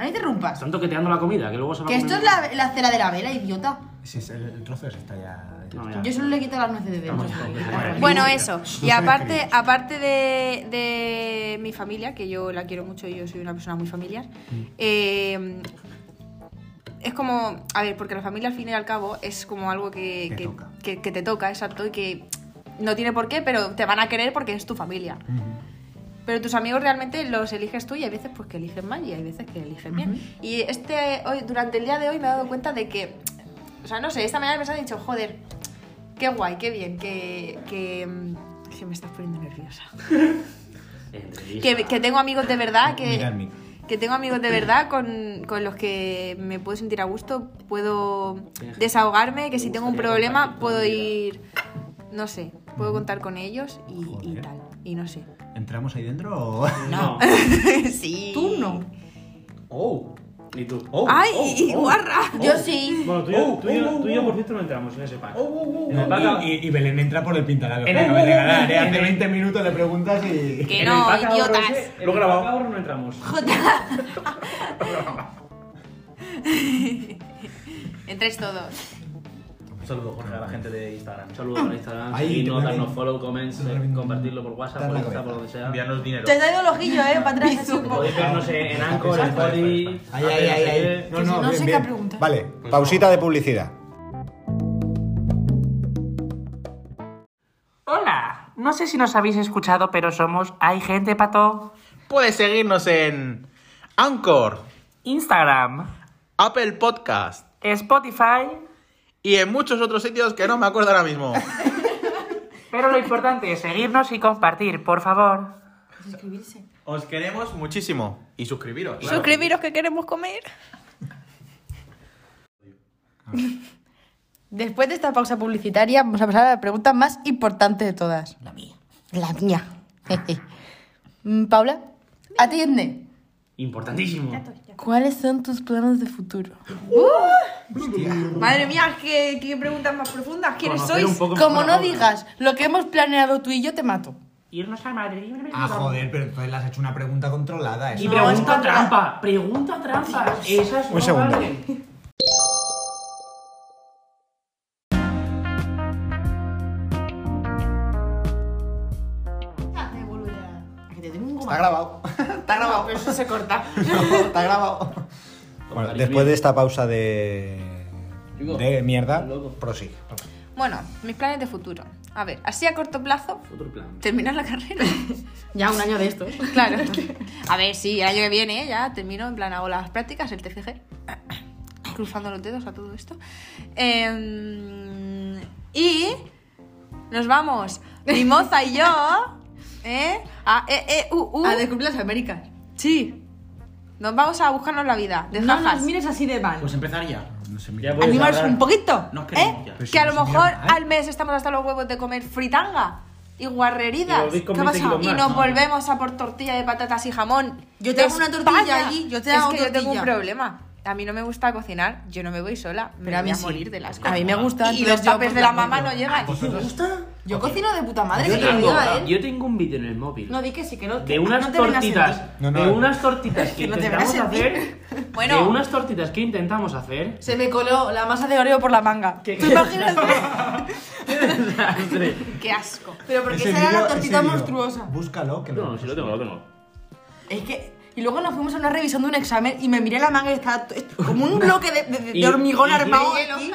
Speaker 8: No interrumpas.
Speaker 2: Están toqueteando la comida, que luego se va
Speaker 8: Que
Speaker 2: a
Speaker 8: esto es
Speaker 2: comer.
Speaker 8: la, la cera de la vela, idiota.
Speaker 3: Sí, el, trozo está ya...
Speaker 2: No, ya.
Speaker 8: Yo solo le quito las nueces de dentro.
Speaker 1: Bueno,
Speaker 5: eh,
Speaker 1: eso. Y aparte, aparte de, de mi familia, que yo la quiero mucho y yo soy una persona muy familiar,
Speaker 3: Mm.
Speaker 1: eh, es como, a ver, porque la familia al fin y al cabo es como algo que
Speaker 3: Te
Speaker 1: que-
Speaker 3: toca.
Speaker 1: que- que te toca, exacto, y que no tiene por qué, pero te van a querer porque es tu familia. Pero tus amigos realmente los eliges tú y hay veces pues que eligen mal y hay veces que eligen bien. Y este hoy durante el día de hoy me he dado cuenta de que o sea, no sé, esta mañana me han dicho, joder, qué guay, qué bien, que que mm, es que me estás poniendo nerviosa.
Speaker 2: Entrevista.
Speaker 1: Que, que tengo amigos de verdad que
Speaker 3: Mira el mic.
Speaker 1: que tengo amigos de verdad con, con los que me puedo sentir a gusto, puedo desahogarme, que si tengo un problema puedo ir, no sé, puedo contar con ellos y, y
Speaker 3: Joder.
Speaker 1: tal, y no sé.
Speaker 3: ¿Entramos ahí dentro o...?
Speaker 2: No.
Speaker 1: sí.
Speaker 8: Tú no.
Speaker 4: Oh.
Speaker 2: Ni tú.
Speaker 4: Oh,
Speaker 1: ¡Ay,
Speaker 4: oh, oh.
Speaker 1: guarra!
Speaker 8: Yo sí.
Speaker 2: Bueno, tú y yo, tú y yo, tú y yo, por cierto, no entramos en ese pack.
Speaker 4: Oh, oh, oh,
Speaker 2: En el pack,
Speaker 4: oh, oh.
Speaker 3: Y, y Belén entra por el pintalado.
Speaker 2: En
Speaker 3: que
Speaker 2: el-
Speaker 3: acabas de ganar, ¿eh?
Speaker 2: en
Speaker 3: Hace
Speaker 2: el-
Speaker 3: 20 minutos le preguntas y...
Speaker 1: Que
Speaker 2: en
Speaker 1: no,
Speaker 2: el pack ahorro
Speaker 1: idiotas.
Speaker 2: ese- en
Speaker 4: Lo
Speaker 2: el
Speaker 4: grabado.
Speaker 2: pack ahora no entramos.
Speaker 1: Entréis todos.
Speaker 4: Un saludo, Jorge, a la gente de Instagram.
Speaker 2: Saludos para Instagram,
Speaker 3: Ahí,
Speaker 2: seguirnos,
Speaker 3: te
Speaker 2: darnos
Speaker 3: ven.
Speaker 2: follow, comments,
Speaker 3: Te ven.
Speaker 2: compartirlo por WhatsApp,
Speaker 3: Dar
Speaker 2: por
Speaker 3: la
Speaker 2: Insta, por
Speaker 3: cabeza.
Speaker 2: donde sea.
Speaker 4: Enviarnos dinero.
Speaker 8: Te ha ido el ojillo, eh, para atrás. así un poco.
Speaker 2: Podéis vernos en Anchor, en
Speaker 4: Está, está,
Speaker 2: Spotify.
Speaker 4: está,
Speaker 3: Ay, ay, ay, ay.
Speaker 8: Que si no sé qué preguntar.
Speaker 3: Vale, pausita de publicidad.
Speaker 9: Hola, no sé si nos habéis escuchado, pero somos Hay Gente Pato.
Speaker 4: Puedes seguirnos en Anchor,
Speaker 9: Instagram,
Speaker 4: Apple Podcast
Speaker 9: Spotify,
Speaker 4: y en muchos otros sitios que no me acuerdo ahora mismo.
Speaker 9: pero lo importante es seguirnos y compartir, por favor.
Speaker 8: Suscribirse.
Speaker 4: Os queremos muchísimo. Y suscribiros. claro.
Speaker 1: Suscribiros que queremos comer.
Speaker 5: Después de esta pausa publicitaria, vamos a pasar a la pregunta más importante de todas. La mía. La mía. Mm, Paula, atiende.
Speaker 2: Importantísimo.
Speaker 5: ¿Cuáles son tus planes de futuro?
Speaker 1: Madre mía, qué, qué preguntas más profundas. ¿Quiénes
Speaker 2: Conocer
Speaker 1: sois?
Speaker 2: un poco
Speaker 5: Como
Speaker 2: mejor a
Speaker 5: no
Speaker 2: Paula.
Speaker 5: digas lo que hemos planeado tú y yo, te mato.
Speaker 9: Irnos a Madrid.
Speaker 3: Ah, joder, pero entonces le has hecho una pregunta controlada.
Speaker 2: Y
Speaker 3: Eso.
Speaker 2: pregunta trampa, pregunta trampa. Esas
Speaker 3: Un
Speaker 2: no
Speaker 3: segundo.
Speaker 2: valen.
Speaker 8: Que te tengo un
Speaker 3: Está grabado. Está grabado.
Speaker 8: Pero eso se corta.
Speaker 3: Está grabado. Bueno, después de esta pausa de. de mierda, prosigue.
Speaker 1: Bueno, mis planes de futuro. A ver, así a corto plazo,
Speaker 2: Otro plan.
Speaker 1: terminar la carrera.
Speaker 8: Ya un año de esto. ¿eh?
Speaker 1: Claro. A ver, sí, el año que viene ¿eh? ya termino, en plan hago las prácticas, el TFG, cruzando los dedos a todo esto. Eh, y nos vamos, mi moza y yo, ¿eh? A E E U U.
Speaker 8: A descubrir las Américas.
Speaker 1: Sí. Nos vamos a buscarnos la vida, de
Speaker 8: No
Speaker 1: jajas.
Speaker 8: nos mires así de mal.
Speaker 4: Pues empezar ya.
Speaker 2: Ya puedes
Speaker 8: Animaros
Speaker 2: hablar.
Speaker 8: un poquito. Pues
Speaker 4: Nos queremos
Speaker 1: ¿Eh?
Speaker 4: ya.
Speaker 1: Que a lo mejor al mes estamos hasta los huevos de comer fritanga y
Speaker 2: Y
Speaker 1: guarreridas.
Speaker 2: volvéis con
Speaker 1: ¿Qué ha
Speaker 2: 20
Speaker 1: pasado?
Speaker 2: kilos
Speaker 1: Y
Speaker 2: más,
Speaker 1: nos
Speaker 2: ¿no?
Speaker 1: volvemos a por tortilla de patatas y jamón.
Speaker 8: Yo te hago una
Speaker 1: España.
Speaker 8: tortilla allí, yo te
Speaker 1: es
Speaker 8: hago
Speaker 1: que yo tengo un
Speaker 8: tortilla.
Speaker 1: problema. A mí no me gusta cocinar, yo no me voy sola, me
Speaker 8: Pero a
Speaker 1: voy
Speaker 8: mí
Speaker 1: a
Speaker 8: sí.
Speaker 1: morir de las
Speaker 8: A
Speaker 1: cosas.
Speaker 8: mí me gusta.
Speaker 1: Y
Speaker 8: entonces
Speaker 1: los
Speaker 8: yo,
Speaker 1: tapes
Speaker 8: pues,
Speaker 1: de la
Speaker 8: la
Speaker 1: mamá no
Speaker 8: compro.
Speaker 1: llegan.
Speaker 3: gusta?
Speaker 8: Yo cocino de puta madre,
Speaker 2: Yo
Speaker 8: que lo
Speaker 2: tengo,
Speaker 8: diga
Speaker 1: ¿eh?
Speaker 8: él.
Speaker 2: yo tengo un vídeo en el móvil.
Speaker 8: No di que sí, que no. que
Speaker 2: de unas
Speaker 8: no te vengas a sentir.
Speaker 2: tortitas.
Speaker 3: No, no,
Speaker 2: de
Speaker 3: no.
Speaker 2: unas tortitas que
Speaker 8: no te
Speaker 2: intentamos
Speaker 8: vengas a sentir.
Speaker 2: hacer.
Speaker 1: Bueno.
Speaker 2: De unas tortitas que intentamos hacer.
Speaker 8: Se me coló la masa de Oreo por la manga.
Speaker 2: ¿Qué-
Speaker 8: ¿Te imaginas?
Speaker 2: ¡Qué desastre!
Speaker 1: Qué asco.
Speaker 8: Pero porque esa era la tortita monstruosa.
Speaker 3: Búscalo, que
Speaker 2: No, si lo tengo, lo tengo.
Speaker 8: Es que
Speaker 5: Y luego nos fuimos a una revisión de un examen y me miré la manga y estaba t- como un bloque de, de- de hormigón armado aquí.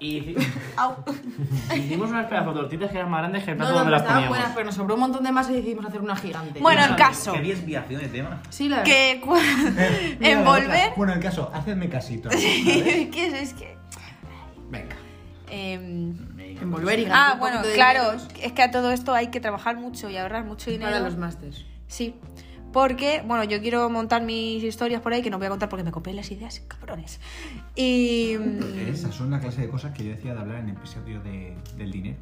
Speaker 2: Y
Speaker 5: Au.
Speaker 2: hicimos unas pedazos de tortitas que eran más grandes que el
Speaker 5: No,
Speaker 2: plato
Speaker 5: no,
Speaker 2: donde
Speaker 5: pero
Speaker 2: las
Speaker 5: estaban
Speaker 2: poníamos.
Speaker 5: buenas, pero nos sobró un montón de más y decidimos hacer una gigante.
Speaker 1: Bueno, el caso.
Speaker 4: Qué desviación de tema.
Speaker 5: Sí, la verdad.
Speaker 1: Que cua-
Speaker 3: Mira la
Speaker 1: envolver.
Speaker 3: boca. Bueno, el caso, hacedme casito.
Speaker 1: ¿Qué es? Es que.
Speaker 3: Venga.
Speaker 1: em,
Speaker 5: Envolver y ganar
Speaker 1: ah,
Speaker 5: un
Speaker 1: bueno,
Speaker 5: poquito de
Speaker 1: claro,
Speaker 5: dinero
Speaker 1: es que a todo esto hay que trabajar mucho y ahorrar mucho dinero.
Speaker 8: Para los másters.
Speaker 1: Sí. Porque, bueno, yo quiero montar mis historias por ahí que no voy a contar porque me copié las ideas, cabrones. Y. mm,
Speaker 3: Esas son la clase de cosas que yo decía de hablar en el episodio de- del dinero.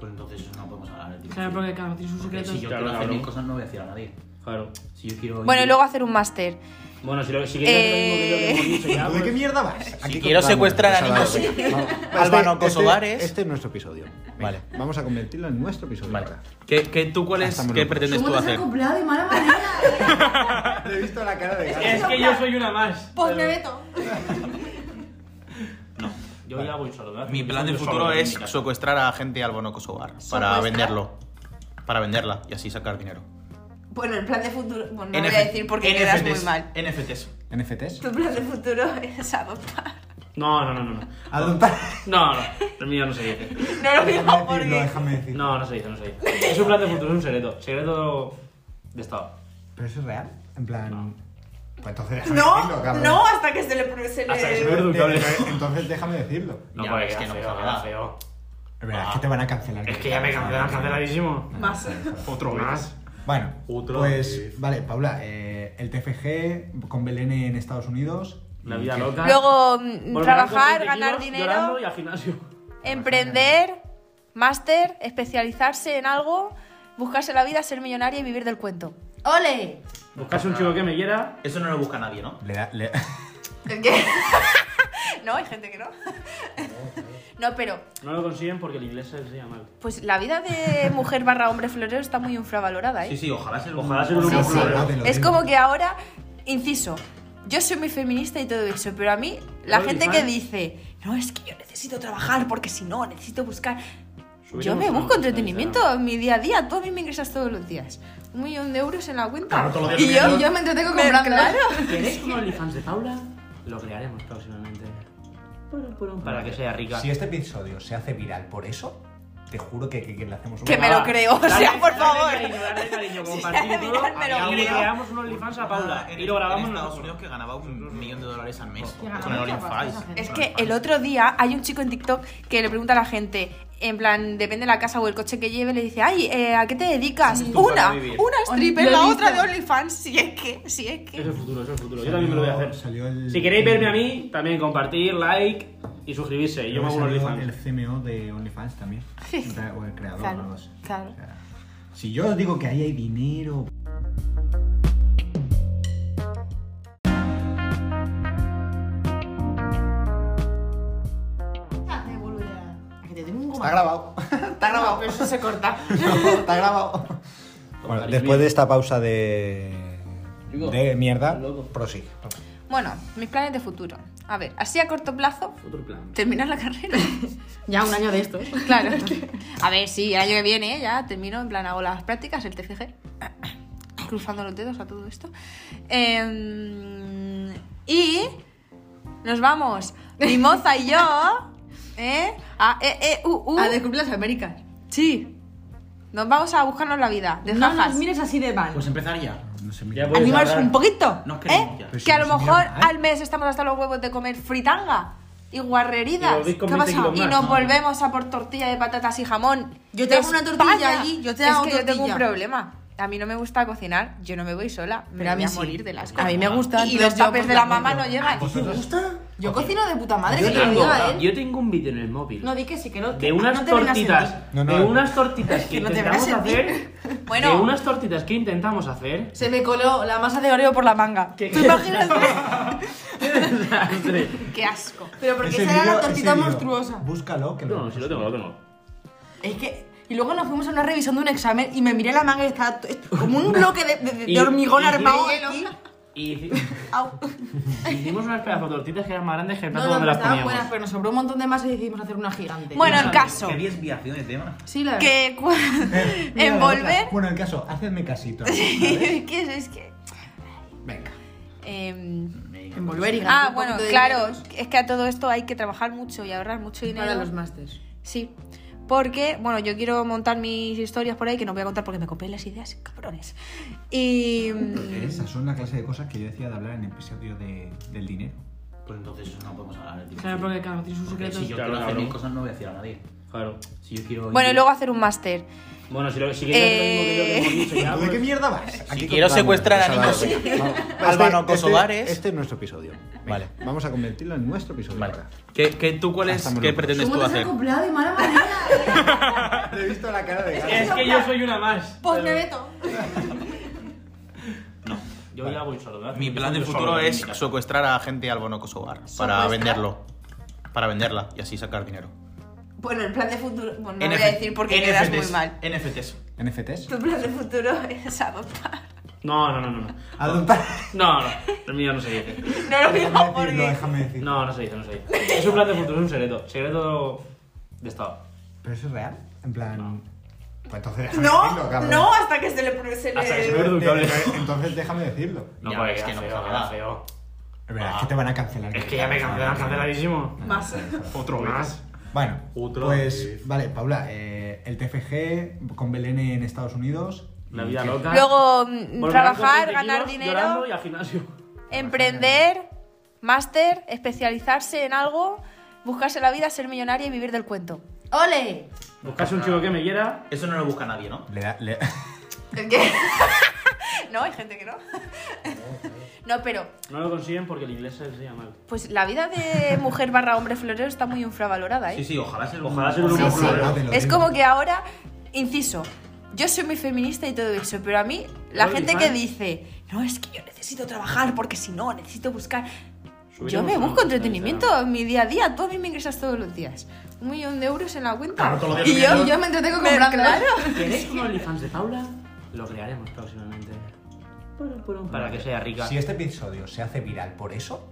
Speaker 4: Pues entonces eso no podemos hablar. tío.
Speaker 9: Claro, porque cada uno tiene sus
Speaker 4: Porque
Speaker 9: secretos.
Speaker 4: Si yo
Speaker 2: Claro,
Speaker 4: quiero hacer
Speaker 2: cabrón.
Speaker 4: mil cosas, no voy a decir a nadie.
Speaker 2: Claro.
Speaker 4: Si yo quiero.
Speaker 1: Bueno, y luego hacer un máster.
Speaker 2: Bueno, si, lo, si queréis hacer lo mismo que yo que hemos dicho ya,
Speaker 3: ¿De qué
Speaker 2: pues-
Speaker 3: mierda vas? Aquí
Speaker 10: quiero
Speaker 3: contamos.
Speaker 10: secuestrar a
Speaker 3: Vamos,
Speaker 10: niños.
Speaker 3: venga, vamos.
Speaker 4: Álvaro
Speaker 3: Este-
Speaker 4: Kosovares.
Speaker 3: Este, este es nuestro episodio.
Speaker 10: Vale.
Speaker 3: vale. Vamos a convertirlo en nuestro episodio.
Speaker 10: Vale.
Speaker 3: ahora.
Speaker 4: ¿Qué, qué, ¿Tú
Speaker 2: Ah,
Speaker 4: cuál es?
Speaker 3: Estamos
Speaker 4: ¿Qué
Speaker 3: locos.
Speaker 4: pretendes
Speaker 8: ¿Cómo
Speaker 4: tú
Speaker 8: te has
Speaker 4: hacer?
Speaker 8: acoplado de mala manera?
Speaker 3: Le he visto la cara de
Speaker 2: Es que yo soy una más.
Speaker 5: Pues me veto.
Speaker 2: Yo ya voy solo, ¿verdad?
Speaker 4: Mi plan de
Speaker 2: Yo solo,
Speaker 4: futuro
Speaker 2: en
Speaker 4: es
Speaker 2: mi casa.
Speaker 4: secuestrar a gente al bono Kosovar para venderlo. Para venderla y así sacar dinero.
Speaker 5: Bueno, el plan de futuro. Bueno, no
Speaker 4: NF
Speaker 5: voy a decir porque quedas muy
Speaker 4: NFTs,
Speaker 5: mal.
Speaker 4: NFTs.
Speaker 3: ¿NFTs?
Speaker 1: Tu plan de futuro es adoptar.
Speaker 2: No, no, no, no. No,
Speaker 3: Adoptar.
Speaker 2: no, no. el mío no se dice.
Speaker 5: No lo digo
Speaker 3: Déjame decirlo,
Speaker 5: porque.
Speaker 3: déjame decirlo.
Speaker 2: No, no se dice, no se dice. Es un plan de futuro, es un secreto. Secreto de Estado.
Speaker 3: ¿Pero eso es real? En plan... Pues entonces déjame decirlo,
Speaker 5: No,
Speaker 3: cabrón.
Speaker 5: no, hasta que se le. se
Speaker 2: Hasta que se
Speaker 5: le-
Speaker 2: me vea educable.
Speaker 3: Entonces déjame decirlo.
Speaker 2: No,
Speaker 4: Ya,
Speaker 2: porque
Speaker 4: es
Speaker 2: queda
Speaker 4: que no
Speaker 2: feo,
Speaker 4: pasa
Speaker 2: eh. queda
Speaker 4: nada.
Speaker 2: feo.
Speaker 3: Es verdad, es que te van a cancelar.
Speaker 2: Es que ya me cancelan, canceladísimo.
Speaker 5: Más.
Speaker 2: Otro más.
Speaker 3: Bueno,
Speaker 4: Otra
Speaker 3: pues
Speaker 4: vez.
Speaker 3: vale, Paula, eh, el TFG con Belén en Estados Unidos.
Speaker 2: La
Speaker 3: ¿Y
Speaker 2: vida
Speaker 3: qué?
Speaker 2: loca.
Speaker 1: Luego, mm,
Speaker 2: Volverán
Speaker 1: trabajar,
Speaker 2: con 20
Speaker 1: ganar
Speaker 2: kilos,
Speaker 1: dinero,
Speaker 2: llorando y al gimnasio.
Speaker 1: emprender, máster, especializarse en algo, buscarse la vida, ser millonaria y vivir del cuento.
Speaker 5: ¡Ole!
Speaker 2: Buscarse un chico que me quiera.
Speaker 4: Eso no lo busca nadie, ¿no?
Speaker 3: Le da- le-
Speaker 5: ¿El qué?
Speaker 1: No, hay gente que no. No, pero
Speaker 2: No lo consiguen porque el inglés se enseña mal.
Speaker 1: pues la vida de mujer barra hombre florero está muy infravalorada, ¿eh?
Speaker 4: Sí, sí, ojalá se lo
Speaker 2: Ojalá se lo
Speaker 3: Sí, sí.
Speaker 2: ocurra.
Speaker 3: Te lo
Speaker 1: Es
Speaker 3: digo.
Speaker 1: como que ahora, inciso, yo soy muy feminista y todo eso, pero a mí la
Speaker 2: Only
Speaker 1: gente que
Speaker 2: fans.
Speaker 1: dice, no, es que yo necesito trabajar porque si no, necesito buscar...
Speaker 2: Subiremos
Speaker 1: yo me
Speaker 2: una
Speaker 1: busco
Speaker 2: nota de
Speaker 1: entretenimiento
Speaker 2: Instagram.
Speaker 1: en mi día a día, tú a mí me ingresas todos los días. Un millón de euros en la cuenta.
Speaker 4: Claro, todos los
Speaker 5: Y
Speaker 4: días
Speaker 5: yo,
Speaker 4: subiendo.
Speaker 5: yo me entretengo comprando.
Speaker 1: Claro.
Speaker 2: ¿Queréis un OnlyFans de Paula? Lo crearemos próximamente. Purum, purum, Para que sea rica.
Speaker 3: Si este episodio se hace viral por eso, te juro que, que- que le hacemos un...
Speaker 1: Que me lo creo, o sea, por favor.
Speaker 2: Ah, Cariño, darle cariño,
Speaker 1: ya
Speaker 2: compartir
Speaker 1: de
Speaker 2: todo.
Speaker 1: mirar me lo
Speaker 2: Y le
Speaker 1: creo.
Speaker 2: creamos un OnlyFans a Paula.
Speaker 4: En- este-
Speaker 2: Y lo grabamos
Speaker 4: en
Speaker 2: en
Speaker 4: Estados Unidos que ganaba un millón de dólares al mes
Speaker 9: ganaba
Speaker 4: con el
Speaker 9: mucha pasta
Speaker 4: OnlyFans.
Speaker 9: esa gente.
Speaker 1: Es que el otro día hay un chico en TikTok que le pregunta a la gente, en plan, depende de la casa o el coche que lleve, le dice, ay, eh, ¿a qué te dedicas?
Speaker 4: Tú
Speaker 1: una,
Speaker 4: para vivir.
Speaker 1: una stripper,
Speaker 5: Lo he
Speaker 1: la
Speaker 5: visto.
Speaker 1: otra de OnlyFans, si es que, si es
Speaker 2: Es
Speaker 1: que.
Speaker 2: el futuro, es el futuro. Yo también me lo voy a hacer.
Speaker 3: Salió el-
Speaker 2: Si queréis verme a mí, también compartir, like y suscribirse. Y yo me hago un
Speaker 3: Salió
Speaker 2: OnlyFans.
Speaker 3: el CMO de OnlyFans también. O el creador,
Speaker 1: Claro,
Speaker 3: no lo sé.
Speaker 1: claro.
Speaker 3: O sea, si yo os digo que ahí hay dinero...
Speaker 5: Ah, Que te tengo un
Speaker 3: Está grabado.
Speaker 5: Está grabado, pero eso se corta.
Speaker 3: Está grabado. Bueno, después de esta pausa de... De mierda, prosigue.
Speaker 1: Bueno, mis planes de futuro. A ver, así a corto plazo,
Speaker 2: Otro plan.
Speaker 1: terminar la carrera.
Speaker 8: Ya un año de esto. ¿eh?
Speaker 1: claro. A ver, sí, el año que viene ya termino, en plan, hago las prácticas, el TFG. Cruzando los dedos a todo esto. Em, y nos vamos, mi moza y yo, ¿eh? A, e, E, U, U.
Speaker 8: A descubrir las Américas.
Speaker 1: Sí. Nos vamos a buscarnos la vida, de
Speaker 8: No
Speaker 1: jajas.
Speaker 8: nos mires así de mal.
Speaker 4: Pues empezar ya.
Speaker 3: No sé,
Speaker 2: Ya
Speaker 3: mira.
Speaker 2: voy.
Speaker 1: Animaros
Speaker 2: ahora-
Speaker 1: un poquito.
Speaker 4: Nos queremos
Speaker 1: ¿eh?
Speaker 4: ya.
Speaker 3: Pero si
Speaker 1: Que a
Speaker 3: no
Speaker 1: lo
Speaker 3: se
Speaker 1: mejor
Speaker 3: mira mal.
Speaker 1: al mes estamos hasta los huevos de comer fritanga y guarreridas.
Speaker 2: Y volvéis con
Speaker 1: ¿Qué ha
Speaker 2: 20
Speaker 1: pasado?
Speaker 2: kilos
Speaker 1: Y
Speaker 2: más,
Speaker 1: nos
Speaker 2: ¿no?
Speaker 1: volvemos a por tortilla de patatas y jamón.
Speaker 5: Yo te hago
Speaker 1: de
Speaker 5: una tortilla
Speaker 1: España.
Speaker 5: allí, yo te
Speaker 1: Es
Speaker 5: hago
Speaker 1: que Yo tengo un
Speaker 5: tortilla.
Speaker 1: problema. A mí no me gusta cocinar, yo no me voy sola, me
Speaker 5: Pero a
Speaker 1: voy
Speaker 5: mí
Speaker 1: a
Speaker 5: sí.
Speaker 1: morir de las
Speaker 5: A mí me gusta.
Speaker 1: Y los
Speaker 5: entonces yo
Speaker 1: tapes
Speaker 5: pues
Speaker 1: de la
Speaker 5: las
Speaker 1: mamá no
Speaker 5: compro.
Speaker 1: llegan.
Speaker 2: Ah,
Speaker 3: gusta?
Speaker 5: Yo cocino de puta madre,
Speaker 2: pues Yo
Speaker 5: que te lo
Speaker 2: tengo,
Speaker 5: diga
Speaker 1: eh.
Speaker 5: él.
Speaker 2: yo tengo un vídeo en el móvil.
Speaker 5: No, di que sí, que no.
Speaker 2: de
Speaker 5: que-
Speaker 2: unas
Speaker 5: no te vengas a sentir.
Speaker 2: tortitas.
Speaker 3: No, no,
Speaker 2: de
Speaker 3: no.
Speaker 2: unas tortitas que,
Speaker 5: Que no te
Speaker 2: intentamos
Speaker 5: vengas a sentir.
Speaker 2: hacer.
Speaker 1: Bueno.
Speaker 2: De unas tortitas que intentamos hacer.
Speaker 5: Se me coló la masa de Oreo por la manga.
Speaker 2: ¿Qué-
Speaker 5: ¿Tú imaginas?
Speaker 2: Desastre.
Speaker 1: Qué asco.
Speaker 5: Pero porque
Speaker 3: Ese
Speaker 5: esa era la
Speaker 3: vídeo-
Speaker 5: tortita
Speaker 3: ese vídeo.
Speaker 5: monstruosa.
Speaker 3: Búscalo, que
Speaker 2: No, si lo tengo, lo tengo.
Speaker 5: Es que. Y luego nos fuimos a una revisión de un examen y me miré la manga y estaba t- como un bloque de, de- de
Speaker 2: Y-
Speaker 5: hormigón
Speaker 2: y-
Speaker 5: armado.
Speaker 2: y-
Speaker 5: aquí.
Speaker 2: Y
Speaker 5: Au.
Speaker 2: hicimos unas pedazos de tortitas que eran más grandes que el
Speaker 5: No,
Speaker 2: plato
Speaker 5: no,
Speaker 2: donde
Speaker 5: pero
Speaker 2: las
Speaker 5: estaban
Speaker 2: poníamos.
Speaker 5: buenas, pero nos sobró un montón de masa y decidimos hacer una gigante.
Speaker 1: Bueno, el caso.
Speaker 4: Qué desviación de tema.
Speaker 8: Sí, la verdad.
Speaker 1: Que cua-
Speaker 3: Mira la otra.
Speaker 1: envolver.
Speaker 3: Bueno, el caso, hacedme casito.
Speaker 1: ¿Qué es? Es que.
Speaker 3: Venga.
Speaker 1: Em,
Speaker 8: Envolver y ganar
Speaker 1: ah,
Speaker 8: un
Speaker 1: bueno,
Speaker 8: poquito de
Speaker 1: claro,
Speaker 8: dinero.
Speaker 1: es que a todo esto hay que trabajar mucho y ahorrar mucho dinero.
Speaker 11: Para los másters.
Speaker 1: Sí. Porque, bueno, yo quiero montar mis historias por ahí, que no voy a contar porque me copié las ideas, cabrones. Y. mm,
Speaker 3: Esas son la clase de cosas que yo decía de hablar en el episodio de- del dinero.
Speaker 4: Pues entonces eso no podemos hablar. es difícil.
Speaker 8: Claro, porque cada uno tiene sus
Speaker 4: Porque
Speaker 8: secretos.
Speaker 4: Si yo
Speaker 2: Claro,
Speaker 4: quiero hacer
Speaker 2: cabrón.
Speaker 4: mis cosas, no voy a decir a nadie.
Speaker 2: Claro.
Speaker 4: Si yo quiero.
Speaker 1: Bueno, y luego hacer un máster.
Speaker 2: Bueno, si, lo, si queréis hacer lo mismo que yo que hemos dicho ya,
Speaker 3: ¿Tú
Speaker 2: pues-
Speaker 3: ¿De qué mierda vas? Aquí
Speaker 4: quiero
Speaker 3: contamos.
Speaker 4: secuestrar
Speaker 3: Pues
Speaker 4: animales.
Speaker 3: ahora, venga, vamos.
Speaker 4: Álvaro
Speaker 3: Este-
Speaker 4: Kosovares.
Speaker 3: Este, este es nuestro episodio.
Speaker 4: Vale.
Speaker 3: vale. Vamos a convertirlo en nuestro episodio.
Speaker 4: Vale.
Speaker 3: ahora.
Speaker 4: ¿Qué, qué, ¿Tú cuál es?
Speaker 3: Estamos
Speaker 4: ¿Qué
Speaker 3: locos.
Speaker 4: pretendes
Speaker 8: ¿Cómo
Speaker 4: tú
Speaker 8: te has
Speaker 4: hacer?
Speaker 8: acoplado de mala manera?
Speaker 3: Le he visto la cara de
Speaker 2: Es que yo soy una más.
Speaker 8: Pues me veto.
Speaker 2: Yo ya voy solo, ¿verdad?
Speaker 4: Mi plan de
Speaker 2: Yo solo,
Speaker 4: futuro
Speaker 2: yo
Speaker 4: es
Speaker 2: solo.
Speaker 4: secuestrar a gente al bono Kosovar para venderlo. Para venderla y así sacar dinero.
Speaker 1: Bueno, el plan de futuro. Bueno, no
Speaker 4: NF
Speaker 1: voy a decir porque quedas muy
Speaker 4: NFTs.
Speaker 1: mal.
Speaker 4: NFTs.
Speaker 3: ¿NFTs?
Speaker 1: Tu plan de futuro es adoptar.
Speaker 2: No, no, no, no. No,
Speaker 3: Adoptar.
Speaker 2: no, no. el mío no se dice.
Speaker 1: No lo digo
Speaker 3: Decirlo,
Speaker 1: porque.
Speaker 3: déjame decir.
Speaker 2: No, no se dice, no se dice. Es un plan de futuro, es un secreto. Secreto de Estado.
Speaker 3: ¿Pero eso es real? En plan.
Speaker 2: No.
Speaker 3: Pues entonces déjame decirlo,
Speaker 1: No,
Speaker 3: cabrón.
Speaker 1: no, hasta que se le. se le-
Speaker 2: Hasta que se
Speaker 3: Eh,
Speaker 2: vea educable.
Speaker 3: Entonces déjame decirlo.
Speaker 2: No,
Speaker 4: Ya,
Speaker 2: porque
Speaker 4: es
Speaker 2: queda
Speaker 4: que no
Speaker 2: feo,
Speaker 4: pasa
Speaker 2: queda
Speaker 4: nada.
Speaker 2: feo.
Speaker 3: Es verdad, es que te van a cancelar.
Speaker 2: Ah. Es que ya me cancelan, canceladísimo.
Speaker 1: Más.
Speaker 2: Otro más.
Speaker 3: Bueno,
Speaker 4: Otra
Speaker 3: pues
Speaker 4: vez.
Speaker 3: vale, Paula, eh, el TFG con Belén en Estados Unidos.
Speaker 2: La vida
Speaker 3: ¿Qué?
Speaker 2: loca.
Speaker 1: Luego, mm,
Speaker 2: Volverán
Speaker 1: trabajar,
Speaker 2: con 20
Speaker 1: ganar
Speaker 2: kilos,
Speaker 1: dinero,
Speaker 2: llorando y al gimnasio.
Speaker 1: emprender, máster, especializarse en algo, buscarse la vida, ser millonaria y vivir del cuento.
Speaker 8: ¡Ole!
Speaker 2: Buscarse un chico que me quiera.
Speaker 4: Eso no lo busca nadie, ¿no?
Speaker 3: Le da- le-
Speaker 1: No, hay gente que no. No, pero
Speaker 2: No lo consiguen porque el inglés se enseña mal.
Speaker 1: pues la vida de mujer barra hombre florero está muy infravalorada, ¿eh?
Speaker 4: Sí, sí, ojalá se lo
Speaker 2: Ojalá se lo
Speaker 4: Sí,
Speaker 2: busque.
Speaker 4: sí.
Speaker 3: Ojalá te lo
Speaker 1: Es
Speaker 3: den.
Speaker 1: como que ahora, inciso, yo soy muy feminista y todo eso, pero a mí la
Speaker 2: Yo
Speaker 1: gente
Speaker 2: igual.
Speaker 1: que dice, no, es que yo necesito trabajar porque si no, necesito buscar...
Speaker 2: Subiremos
Speaker 1: yo me
Speaker 2: una
Speaker 1: busco
Speaker 2: noticia,
Speaker 1: entretenimiento
Speaker 2: Instagram.
Speaker 1: en mi día a día, tú a mí me ingresas todos los días. Un millón de euros en la cuenta.
Speaker 4: Claro, todos los días
Speaker 1: y
Speaker 4: un
Speaker 1: yo,
Speaker 4: millón.
Speaker 1: yo me entretengo comprando. Claro.
Speaker 2: ¿Queréis un OnlyFans de Paula? Lo crearemos próximamente. Purum, purum, Para que sea rica.
Speaker 3: Si este episodio se hace viral por eso,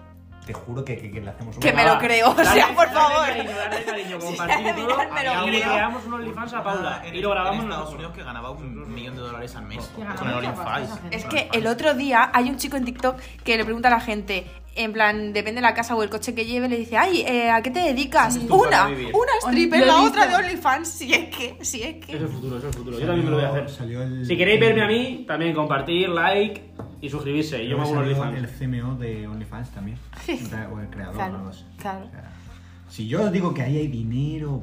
Speaker 3: te juro que, que- que le hacemos un.
Speaker 1: Que me lo creo, o sea,
Speaker 2: Dale,
Speaker 1: por
Speaker 2: dale
Speaker 1: favor.
Speaker 2: Cariño, dale cariño, compartir
Speaker 1: al
Speaker 2: todo.
Speaker 1: final me lo
Speaker 2: y
Speaker 1: creo.
Speaker 2: creamos un OnlyFans a Paula.
Speaker 4: Ah, En-
Speaker 2: Y lo grabamos
Speaker 4: en Estados
Speaker 2: nosotros.
Speaker 4: Unidos que ganaba un millón de dólares al mes
Speaker 8: ganaba
Speaker 4: con el
Speaker 8: mucha pasta
Speaker 4: OnlyFans.
Speaker 8: esa gente.
Speaker 1: Es que el otro día hay un chico en TikTok que le pregunta a la gente, en plan, depende de la casa o el coche que lleve, le dice, ay, eh, ¿a qué te dedicas?
Speaker 4: Sí. Tú para
Speaker 1: Una,
Speaker 4: vivir.
Speaker 1: una stripper,
Speaker 8: Lo he
Speaker 1: la
Speaker 8: visto.
Speaker 1: otra de OnlyFans, si es que, si es
Speaker 2: Es
Speaker 1: que.
Speaker 2: el futuro, es el futuro. Yo
Speaker 3: Salió-
Speaker 2: también me lo voy a hacer.
Speaker 3: salió el-
Speaker 2: Si queréis verme a mí, también compartir, like y suscribirse. Yo me hago un
Speaker 3: Salió
Speaker 2: OnlyFans.
Speaker 3: El CMO de OnlyFans también. O sea, o el creador.
Speaker 1: Claro,
Speaker 3: o algo así.
Speaker 1: claro.
Speaker 3: O sea, si yo os digo que ahí hay dinero.